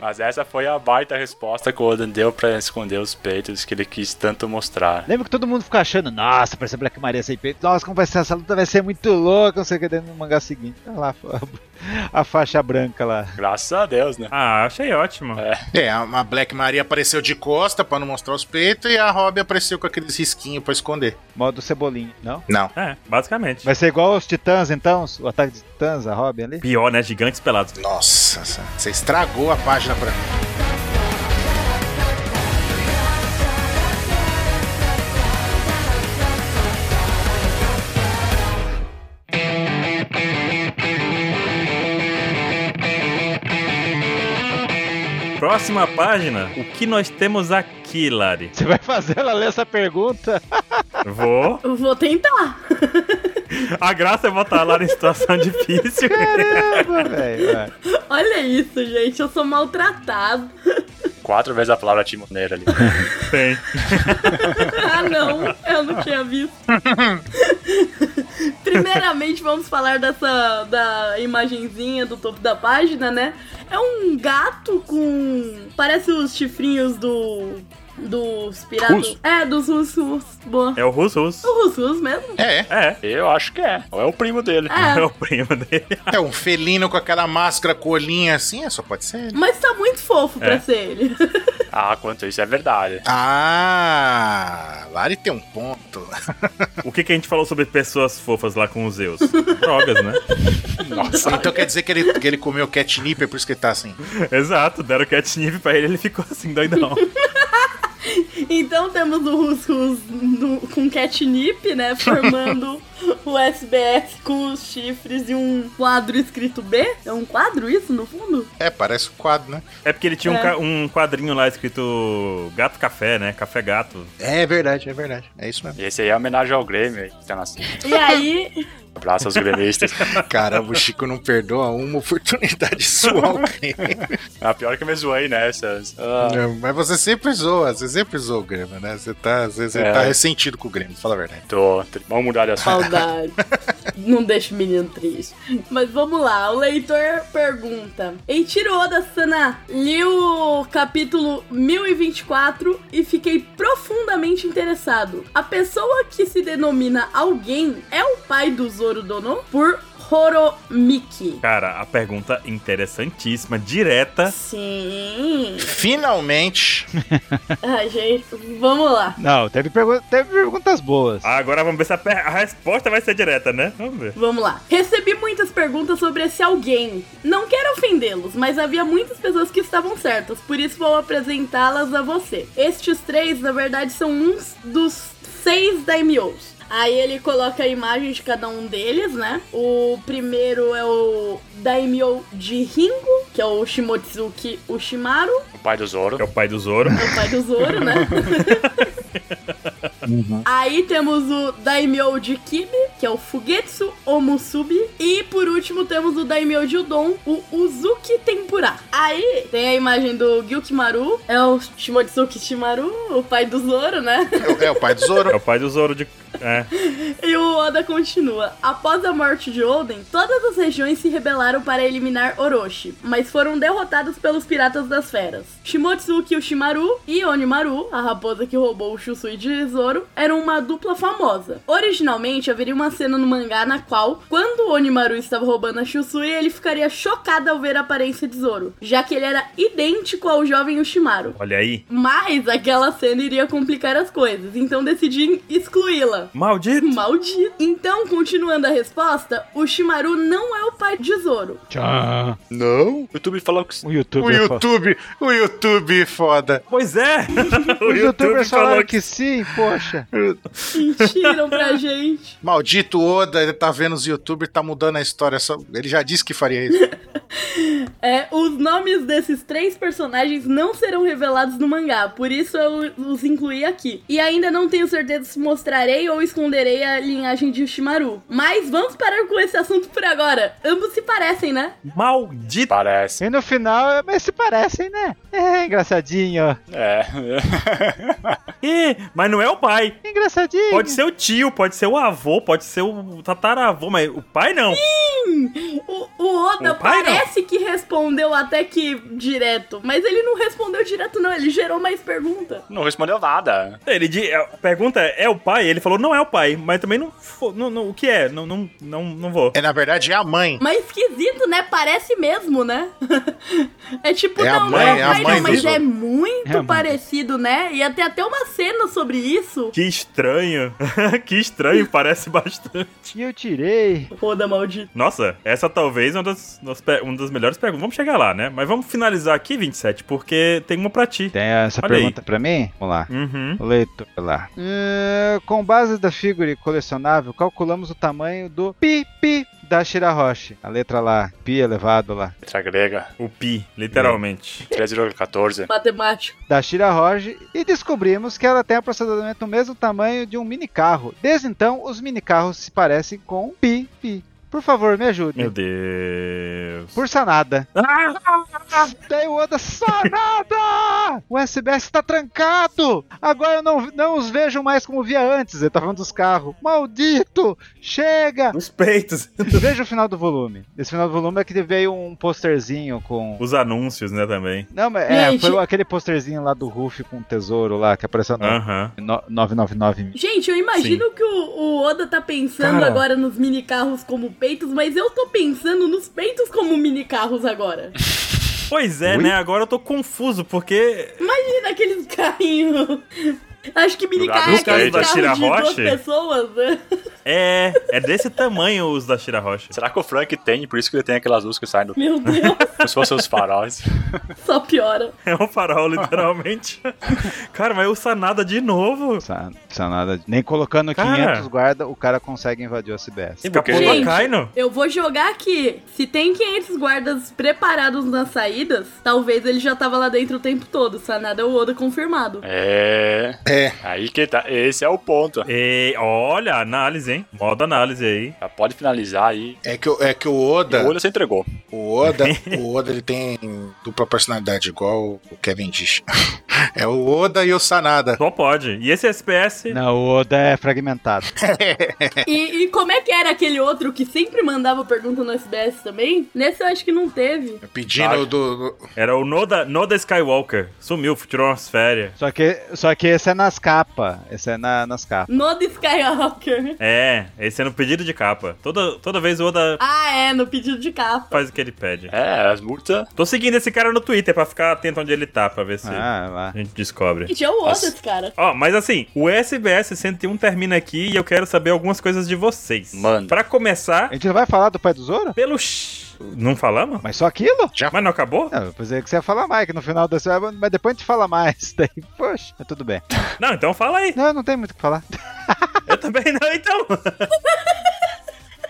Mas essa foi a baita resposta que o Oden deu pra esconder os peitos que ele quis tanto mostrar.
Lembra que todo mundo ficou achando, nossa, parece a Black Maria é sem peito, nossa, como vai ser essa luta, vai ser muito louca, não sei o que, dentro do mangá seguinte, tá lá a faixa branca lá.
Graças a Deus, né?
Ah, achei ótimo.
É.
É, a a Black Maria apareceu de costa pra não mostrar os peitos e a Robin apareceu com aqueles risquinhos pra esconder.
Modo Cebolinha, não?
Não.
É, basicamente.
Vai ser igual os Titãs, então? O ataque dos Titãs, a Robin ali?
Pior, né? Gigantes pelados.
Nossa, você estragou a página pra mim.
Próxima página. O que nós temos aqui, Lari?
Você vai fazer ela ler essa pergunta?
Vou.
Eu vou tentar.
A graça é botar a Lari em situação difícil.
Caramba, velho. vai.
Olha isso, gente. Eu sou maltratado.
Quatro vezes a palavra timoneira ali.
Tem.
Ah, não, eu não tinha visto. Primeiramente, vamos falar dessa da imagenzinha do topo da página, né? É um gato com. Parece os chifrinhos do. Dos piratas.
Russo.
É, dos russos. Boa.
É o Russo Russo.
O russos mesmo?
É, é.
É.
Eu acho que é. Ou é o primo dele.
É
É.
o primo dele.
É um felino com aquela máscara colinha assim, é, só pode ser ele.
Mas tá muito fofo pra
É.
ser ele.
Ah, quanto isso é verdade.
Ah, Lari tem um ponto.
O que, que a gente falou sobre pessoas fofas lá com os Zeus? Drogas, né?
Nossa.
Então quer dizer que ele, que ele comeu catnip, é por isso que ele tá assim.
Exato, deram catnip pra ele ele ficou assim, doidão.
Então temos o Russus no- com catnip, né? Formando o SBS com os chifres e um quadro escrito B? É um quadro isso, no fundo?
É, parece um quadro, né?
É porque ele tinha um
É.
ca- um, quadrinho lá escrito Gato Café, né? Café Gato.
É verdade, é verdade. É isso mesmo.
Esse aí é homenagem ao Grêmio aí, que tá nascendo.
E aí,
Abraço aos gremistas.
Caramba, o Chico não perdoa uma oportunidade sua. ao Grêmio.
A pior é que eu me zoei, né? essas- Ah,
Não, Mas você sempre zoa, você sempre zoa o Grêmio, né? Você tá, às vezes, você
É.
tá ressentido com o Grêmio, fala a verdade.
tô, tô- Vamos mudar de assunto.
Saudade. Não deixa o menino triste. Mas vamos lá, o leitor pergunta: Eiichiro Oda Sana, li o capítulo 1024 e fiquei profundamente interessado. A pessoa que se denomina alguém é o pai do Zoro Dono por Horomiki.
Cara, a pergunta interessantíssima, direta.
Sim.
Finalmente,
Ai, gente, vamos lá.
Não, teve, pergu- teve perguntas boas.
Agora vamos ver se a, per- a resposta vai ser direta, né? Vamos ver.
Vamos lá. Recebi muitas perguntas sobre esse alguém. Não quero ofendê-los, mas havia muitas pessoas que estavam certas, por isso vou apresentá-las a você. Estes três, na verdade, são uns dos seis daimyos. Aí ele coloca a imagem de cada um deles, né? O primeiro é o Daimyo de Ringo, que é o Shimotsuki Ushimaru,
O pai do Zoro.
É o pai do Zoro.
é o pai do Zoro, né? Aí temos o Daimyo de Kibi, que é o Fugetsu Omusubi. E por último temos o Daimyo de Udon, o Uzuki Tempura. Aí tem a imagem do Gyukimaru, é o Shimotsuki Shimaru, o pai do Zoro, né?
é o- é o pai do Zoro.
É o pai do Zoro de. É.
E o Oda continua. Após a morte de Oden, todas as regiões se rebelaram para eliminar Orochi, mas foram derrotadas pelos piratas das feras. Shimotsuki Ushimaru e Onimaru, a raposa que roubou o Shusui de Zoro, eram uma dupla famosa. Originalmente, haveria uma cena no mangá na qual, quando Onimaru estava roubando a Shusui, ele ficaria chocado ao ver a aparência de Zoro, já que ele era idêntico ao jovem Ushimaru.
Olha aí.
Mas aquela cena iria complicar as coisas, então decidi excluí-la.
Maldito!
Maldito. Então, continuando a resposta, o Shimaru não é o pai de Zoro.
Tchau.
Não?
O YouTube falou que.
O YouTube. é
O YouTube, o YouTube foda.
Pois é! o
Os youtubers falaram que
que-
sim, poxa.
Mentiram pra gente.
Maldito Oda, ele tá vendo os youtubers, tá mudando a história. Só... Ele já disse que faria isso.
É, os nomes desses três personagens não serão revelados no mangá, por isso eu os incluí aqui. E ainda não tenho certeza se mostrarei ou esconderei a linhagem de Shimaru. Mas vamos parar com esse assunto por agora. Ambos se parecem, né?
Maldito!
Parece.
E no final, é, mas se parecem, né? É, engraçadinho.
É.
Ih, mas não é o pai.
Engraçadinho.
Pode ser o tio, pode ser o avô, pode ser o tataravô, mas o pai não.
O, o Oda
O pai não.
parece que respondeu até que direto, mas ele não respondeu direto, não. Ele gerou mais pergunta.
Não respondeu nada.
Ele di- a pergunta é, é o pai? Ele falou, não é o pai, mas também não. fo- não- não- o que é? Não, não, não, não vou.
É, na verdade, é a mãe.
Mas esquisito, né? Parece mesmo, né? é tipo,
É a
não,
mãe-
não,
é a
mas
mãe
não, mas
do-
é muito
É a mãe.
parecido, né? E até até uma cena sobre isso.
Que estranho. que estranho, parece bastante.
E eu tirei.
Roda maldito.
Nossa, essa talvez é uma das, das pe- uma das melhores perguntas. Vamos chegar lá, né? Mas vamos finalizar aqui, 27, porque tem uma pra ti.
Tem essa
Olha aí.
pergunta pra mim? Vamos lá.
Uhum.
O leitor lá. É, com base da figure colecionável, calculamos o tamanho do pi pi da Shirahoshi. A letra lá, pi elevado lá.
Letra grega.
O Pi, literalmente.
3,14.
Matemático.
Da Shirahoshi e descobrimos que ela tem aproximadamente o mesmo tamanho de um minicarro. Desde então, os minicarros se parecem com pi pi. Por favor, me ajude.
Meu Deus.
Por Sanada.
Ah!
Daí o Oda, Sanada! O SBS está tá trancado! Agora eu não, não os vejo mais como via antes. Ele tá falando dos carros. Maldito! Chega!
Os peitos.
Veja o final do volume. Esse final do volume é que veio um posterzinho com.
Os anúncios, né, também.
Não, mas é,
Gente.
foi aquele posterzinho lá do Ruff com o tesouro lá, que apareceu no
Aham.
no- 999.
Gente, eu imagino que o, o Oda tá pensando
Cara.
agora nos minicarros como peitos, mas eu tô pensando nos peitos como minicarros agora.
Pois é,
Ui.
né? Agora eu tô confuso, porque
Imagina aqueles carrinhos. Acho que minicarro é
Os
aquele
carros da
carro de duas
Shirahoshi?
pessoas, né?
É, é desse tamanho o uso da Shira Rocha.
Será que o Frank tem? Por isso que ele tem aquelas luzes que saem do...
Meu Deus,
como se fossem os faróis.
só piora.
É um farol, literalmente. Cara, mas o Sanada de novo.
Sa- Sanada. Nem colocando
Cara.
500 guarda, o cara consegue invadir o SBS.
Escapou
Porque-
do
Gente.
Akaino.
Eu vou jogar aqui. Se tem 500 guardas preparados nas saídas, talvez ele já tava lá dentro o tempo todo. Sanada é o Oda confirmado.
É...
É.
Aí que tá. Esse é o ponto.
E olha, análise, hein? Modo análise aí.
Já pode finalizar aí.
É que, o- é que o Oda.
O olho se entregou.
O Oda, o Oda ele tem dupla personalidade, igual o Kevin diz. É o Oda e o Sanada.
Só pode. E esse SPS?
Não, o Oda é fragmentado.
E, e como é que era aquele outro que sempre mandava pergunta no SBS também? Nesse eu acho que não teve.
Pedindo do, do-
Era o Noda, Noda Skywalker. Sumiu, tirou umas férias.
Só que, só que esse é nas capas. Esse é na- nas capas.
No The Skywalker.
É, esse é no pedido de capa. Toda, toda vez o Oda
Ah, é, no pedido de capa.
faz o que ele pede.
É, as multas...
Tô seguindo esse cara no Twitter pra ficar atento onde ele tá, pra ver se
Ah, lá.
a gente descobre.
Gente, é o Oda
Nossa.
esse cara.
Ó, mas assim, o SBS 101 termina aqui e eu quero saber algumas coisas de vocês.
Manda.
Pra começar,
A gente não vai falar do pai do Zoro?
pelo... sh- Não falamos?
Mas só aquilo?
Mas não acabou?
Não, eu pensei que você ia falar mais, que no final da série, mas depois a gente fala mais. Daí, poxa, mas tudo bem.
Não, então fala aí.
Não, não tem muito o que falar.
Eu também não, então.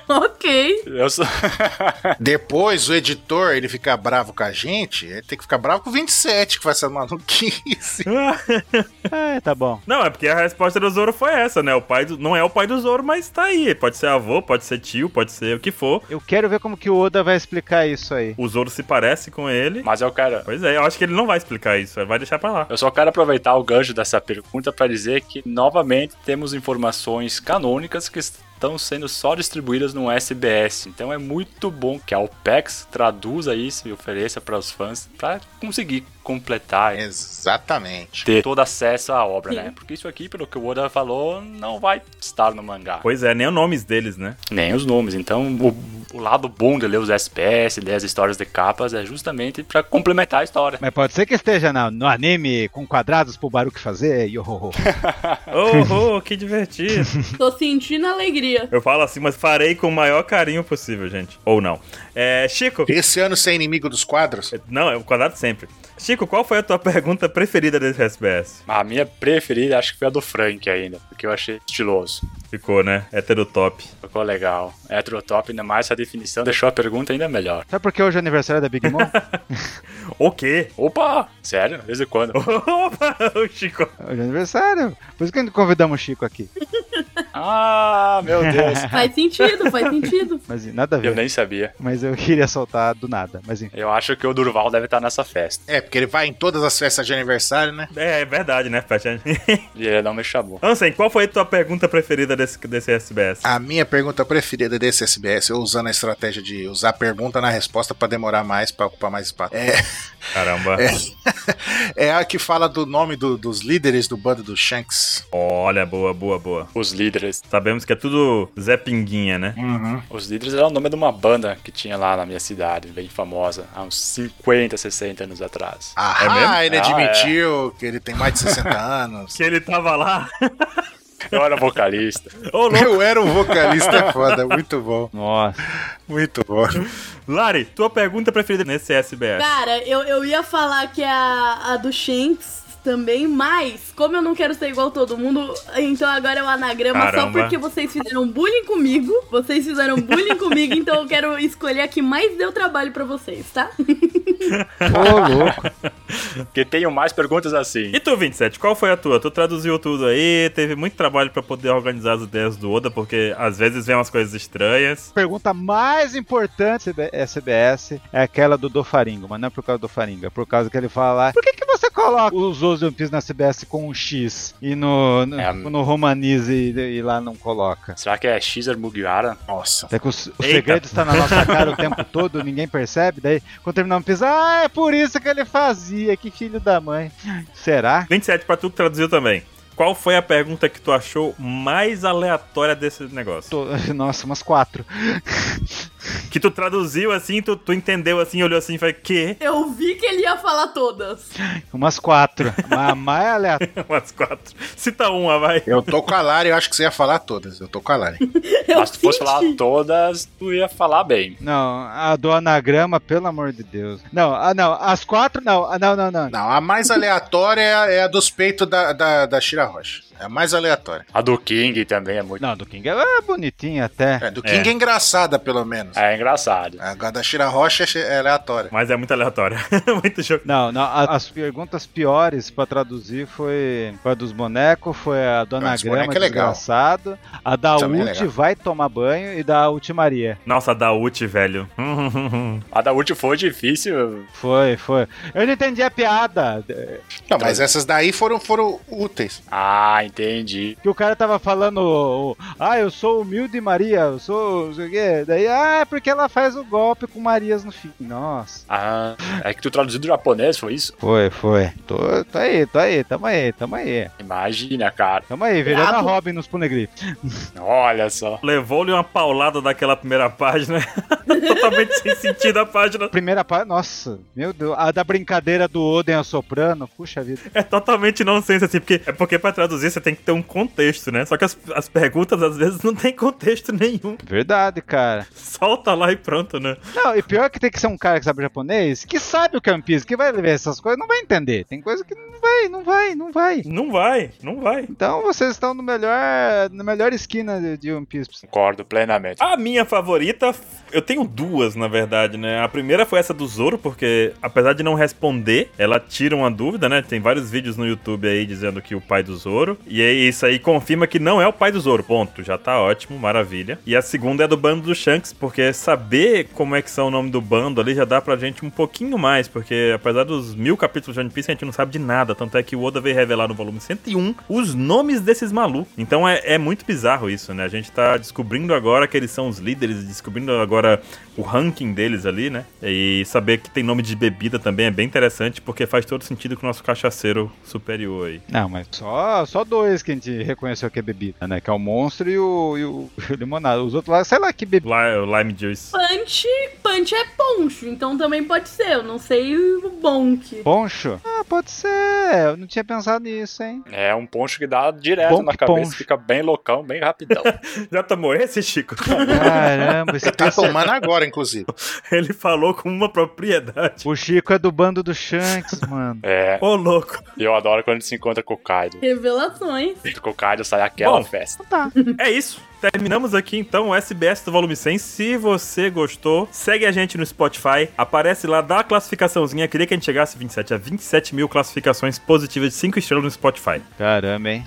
Ok.
Eu sou...
Depois o editor ele fica bravo com a gente, ele tem que ficar bravo com o 27, que faz essa maluquice.
Ah, tá bom.
Não, é porque a resposta do Zoro foi essa, né? O pai do... Não é o pai do Zoro, mas tá aí. Pode ser avô, pode ser tio, pode ser o que for.
Eu quero ver como que o Oda vai explicar isso aí.
O Zoro se parece com ele.
Mas eu quero...
Pois é, eu acho que ele não vai explicar isso. Ele vai deixar pra lá.
Eu só quero aproveitar o gancho dessa pergunta para dizer que, novamente, temos informações canônicas que estão sendo só distribuídas no SBS. Então é muito bom que a OPEX traduza isso e ofereça para os fãs para conseguir completar e
Exatamente.
ter todo acesso à obra,
Sim.
né? Porque isso aqui, pelo que o Oda falou, não vai estar no mangá.
Pois é, nem os nomes deles, né?
Nem os nomes. Então, o, o lado bom de ler os SPS, ler as histórias de capas, é justamente para complementar a história.
Mas pode ser que esteja na- no anime com quadrados pro Baruque fazer e ho,
Oh, oh, que divertido.
Tô sentindo alegria.
Eu falo assim, mas farei com o maior carinho possível, gente. Ou não. É, Chico.
Esse ano sem inimigo dos quadros?
Não, é o quadrado sempre. Chico, qual foi a tua pergunta preferida desse SBS?
A minha preferida acho que foi a do Frank ainda, porque eu achei estiloso.
Ficou, né? Hétero top.
Ficou legal. Heterotop, ainda mais essa definição, deixou a pergunta ainda melhor.
Sabe por que hoje é aniversário da Big Mom?
O quê?
Opa! Sério? Desde quando?
Opa, o Chico.
Hoje é aniversário. Por isso que a gente convidamos o Chico aqui.
Ah, meu Deus!
Faz sentido, faz sentido.
Mas nada a ver.
Eu nem sabia.
Mas eu queria soltar do nada. Mas enfim.
Eu acho que o Durval deve estar nessa festa.
É, porque ele vai em todas as festas de aniversário, né?
É, é verdade, né, Fetch?
E ele não me chamou.
Ansem, qual foi a tua pergunta preferida desse, desse SBS?
A minha pergunta preferida desse SBS, eu usando a estratégia de usar pergunta na resposta pra demorar mais, pra ocupar mais espaço. É,
Caramba.
é a que fala do nome do- dos líderes do bando do Shanks.
Olha, boa, boa, boa.
Os líderes.
Sabemos que é tudo Zé Pinguinha, né?
Os líderes era o nome de uma banda que tinha lá na minha cidade, bem famosa, há uns 50, 60 anos atrás.
É mesmo?
Ah, ele
Ah,
admitiu que ele tem mais de 60 anos.
Que ele tava lá.
Eu era vocalista.
Ô, louco.
Eu era um vocalista é foda, muito bom,
Nossa.
muito bom.
Lari, tua pergunta preferida nesse SBS?
Cara, eu, eu ia falar que é a, a do Shanks também, mas como eu não quero ser igual todo mundo, então agora é o anagrama só
Caramba.
porque vocês fizeram bullying comigo. Vocês fizeram bullying comigo, então eu quero escolher a que mais deu trabalho pra vocês, tá?
Ô, louco.
Porque tenho mais perguntas assim.
E tu, 27, qual foi a tua? Tu traduziu tudo aí, teve muito trabalho pra poder organizar as ideias do Oda, porque às vezes vem umas coisas estranhas.
Pergunta mais importante do SBS é aquela do Dofaringo, mas não é por causa do Dofaringo, é por causa que ele fala: por que, que você coloca os Os One Piece na CBS com um X e no, no,
É,
no Romanize e, e lá não coloca?
Será que é Xer Mugiwara?
Nossa.
Até que o, s- o
Eita.
segredo está na nossa cara o tempo todo, ninguém percebe. Daí, quando terminar um piso, ah, é por isso que ele fazia, que filho da mãe. Será?
27, pra tu que traduziu também. Qual foi a pergunta que tu achou mais aleatória desse negócio?
Tô- nossa, umas quatro.
Que tu traduziu assim, tu, tu entendeu assim, olhou assim e falou, quê?
Eu vi que ele ia falar todas.
Umas quatro. Mas a mais aleatória.
Umas quatro. Cita uma, vai.
Eu tô com a Lari, eu acho que você ia falar todas. Eu tô com a Lari.
Eu
Mas se fosse
senti.
falar todas, tu ia falar bem.
Não, a do anagrama, pelo amor de Deus. Não, ah, não, as quatro não. Ah, não, não, não.
Não, a mais aleatória é a, é a dos peitos da, da, da Shira Rocha. É a mais aleatória.
A do King também é muito.
Não, do King é bonitinha até.
É, do King é, engraçada, pelo menos.
É engraçado.
Agora da Shira Rocha é che- é aleatória.
Mas é muito aleatório. muito jogo.
Não, não, a- as perguntas piores pra traduzir foi, foi a dos bonecos, foi a do
Ah, dos
anagrama,
bonecos é legal.
desgraçado, a da
Também é
Ult
legal.
vai tomar banho e da Ult Maria.
Nossa, da ult, velho.
A da Ult foi difícil.
Foi, foi. Eu não entendi a piada. é,
Não, mas essas daí foram, foram úteis.
Ah, entendi.
Que o cara tava falando, o- o, ah, eu sou humilde Maria, eu sou não sei o quê. Daí, ah, é porque ela faz o golpe com Marias no fim. Nossa.
Ah, é que tu traduziu do japonês, foi isso?
Foi, foi. Tô, tô tá aí, tô aí, tamo aí, tamo aí.
Imagina, cara.
Tamo aí, virando a
Brabo.
Robin nos Punegri.
Olha só.
Levou-lhe uma paulada daquela primeira página. Totalmente sem sentido a página.
Primeira parte, nossa, meu Deus, a da brincadeira do Oden assoprando, puxa vida.
É totalmente nonsense, assim, porque é porque pra traduzir você tem que ter um contexto, né? Só que as, as perguntas às vezes não tem contexto nenhum.
Verdade, cara.
Solta lá e pronto, né?
Não, e pior que tem que ser um cara que sabe japonês, que sabe o que é One Piece, que vai ver essas coisas, não vai entender. Tem coisa que não vai, não vai, não vai.
Não vai, não vai.
Então vocês estão no melhor, na melhor esquina de- de One Piece.
Concordo plenamente.
A minha favorita, eu tenho duas, na verdade, né? A primeira foi essa do Zoro, porque apesar de não responder, ela tira uma dúvida, né? Tem vários vídeos no YouTube aí dizendo que o pai do Zoro. E aí isso aí confirma que não é o pai do Zoro. Ponto. Já tá ótimo, maravilha. E a segunda é do bando do Shanks, porque saber como é que são o nome do bando ali já dá pra gente um pouquinho mais, porque apesar dos mil capítulos de One Piece, a gente não sabe de nada. Tanto é que o Oda veio revelar no volume 101 os nomes desses malucos. Então é, é muito bizarro isso, né? A gente tá descobrindo agora que eles são os líderes, descobrindo agora o ranking deles ali, né? E saber que tem nome de bebida também é bem interessante, porque faz todo sentido com o nosso cachaceiro superior aí.
Não, mas só, só dois que a gente reconheceu que é bebida, né? Que é o monstro e o, e o, e o limonado. Os outros lá, sei lá que bebida.
Li- o Lime Juice.
Punch, punch é poncho, então também pode ser. Eu não sei o bonk.
Poncho? Ah, pode ser. Eu não tinha pensado nisso, hein?
É um poncho que dá direto
Bom
na
que
cabeça,
poncho.
fica bem loucão, bem rapidão.
Já tomou esse, Chico?
Caramba, esse
Tá
pessoal.
tomando agora, inclusive.
Ele falou com uma propriedade.
O Chico é do bando do Shanks, mano.
é,
Ô, louco.
e eu adoro quando a gente se encontra com o Kaido.
Revelações.
Com o Kaido sai aquela
Bom.
festa.
É isso. Terminamos aqui então o SBS do volume 100. Se você gostou, segue a gente no Spotify. Aparece lá, dá a classificaçãozinha. Queria que a gente chegasse 27 a 27 mil classificações positivas de 5 estrelas no Spotify.
Caramba, hein?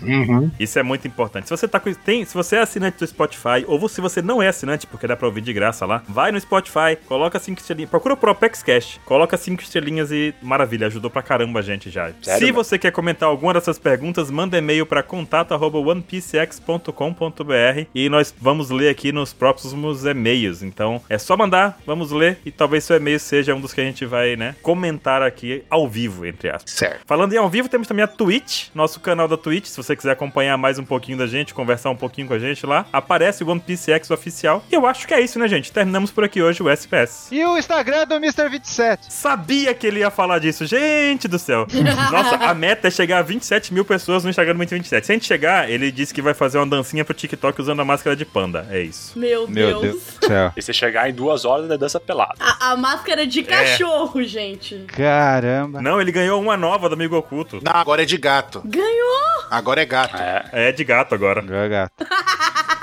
Isso é muito importante. Se você tá com, tem, se você é assinante do Spotify ou se você não é assinante, porque dá pra ouvir de graça lá, vai no Spotify, coloca cinco estrelinhas, procura por Apex Cash, coloca cinco estrelinhas e maravilha, ajudou pra caramba a gente já.
Sério,
se
mano?
você quer comentar alguma dessas perguntas, manda e-mail pra contato@onepcx.com.br e nós vamos ler aqui nos próximos e-mails. Então, é só mandar, vamos ler e talvez seu e-mail seja um dos que a gente vai, né, comentar aqui ao vivo, entre aspas.
Certo.
Falando em ao vivo, temos também a Twitch, nosso canal da Twitch. Se você quiser acompanhar mais um pouquinho da gente, conversar um pouquinho com a gente lá, aparece o One Piece X oficial. E eu acho que é isso, né, gente? Terminamos por aqui hoje o SPS.
E o Instagram é do Mr. 27.
Sabia que ele ia falar disso, gente do céu. Nossa, a meta é chegar a 27 mil pessoas no Instagram do 27. Se a gente chegar, ele disse que vai fazer uma dancinha pro TikTok usando a máscara de panda. É isso.
Meu, Deus.
Meu Deus do céu.
E se chegar em duas horas da dança pelada.
A, a máscara
É.
de cachorro, gente.
Caramba.
Não, ele ganhou uma nova do amigo oculto.
Não, agora é de gato.
Ganhou!
Agora é gato.
É,
É de gato agora.
Agora, gato.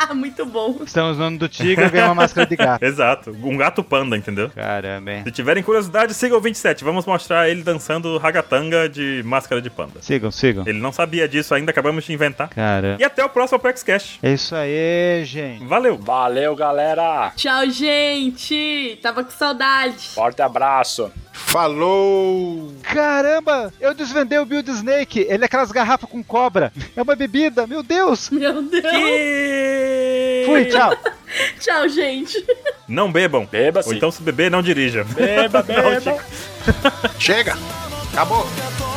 Ah, muito bom.
Estamos no ano do tigre, ganha uma máscara de gato.
Exato. Um gato panda, entendeu?
Caramba, hein?
Se tiverem curiosidade, sigam o 27. Vamos mostrar ele dançando ragatanga de máscara de panda.
Sigam, sigam.
Ele não sabia disso ainda, acabamos de inventar.
Caramba.
E até o próximo Apex Cash.
É isso aí, gente.
Valeu!
valeu, galera.
Tchau, gente! Tava com saudade.
Forte abraço.
Falou!
Caramba, eu desvendei o Build Snake. Ele é aquelas garrafas com cobra. É uma bebida, meu Deus.
Meu Deus!
Fui, tchau.
Tchau, gente!
Não bebam.
Beba
Ou
sim.
então se beber, não dirija.
Beba, beba.
Chega! Acabou!
Acabou.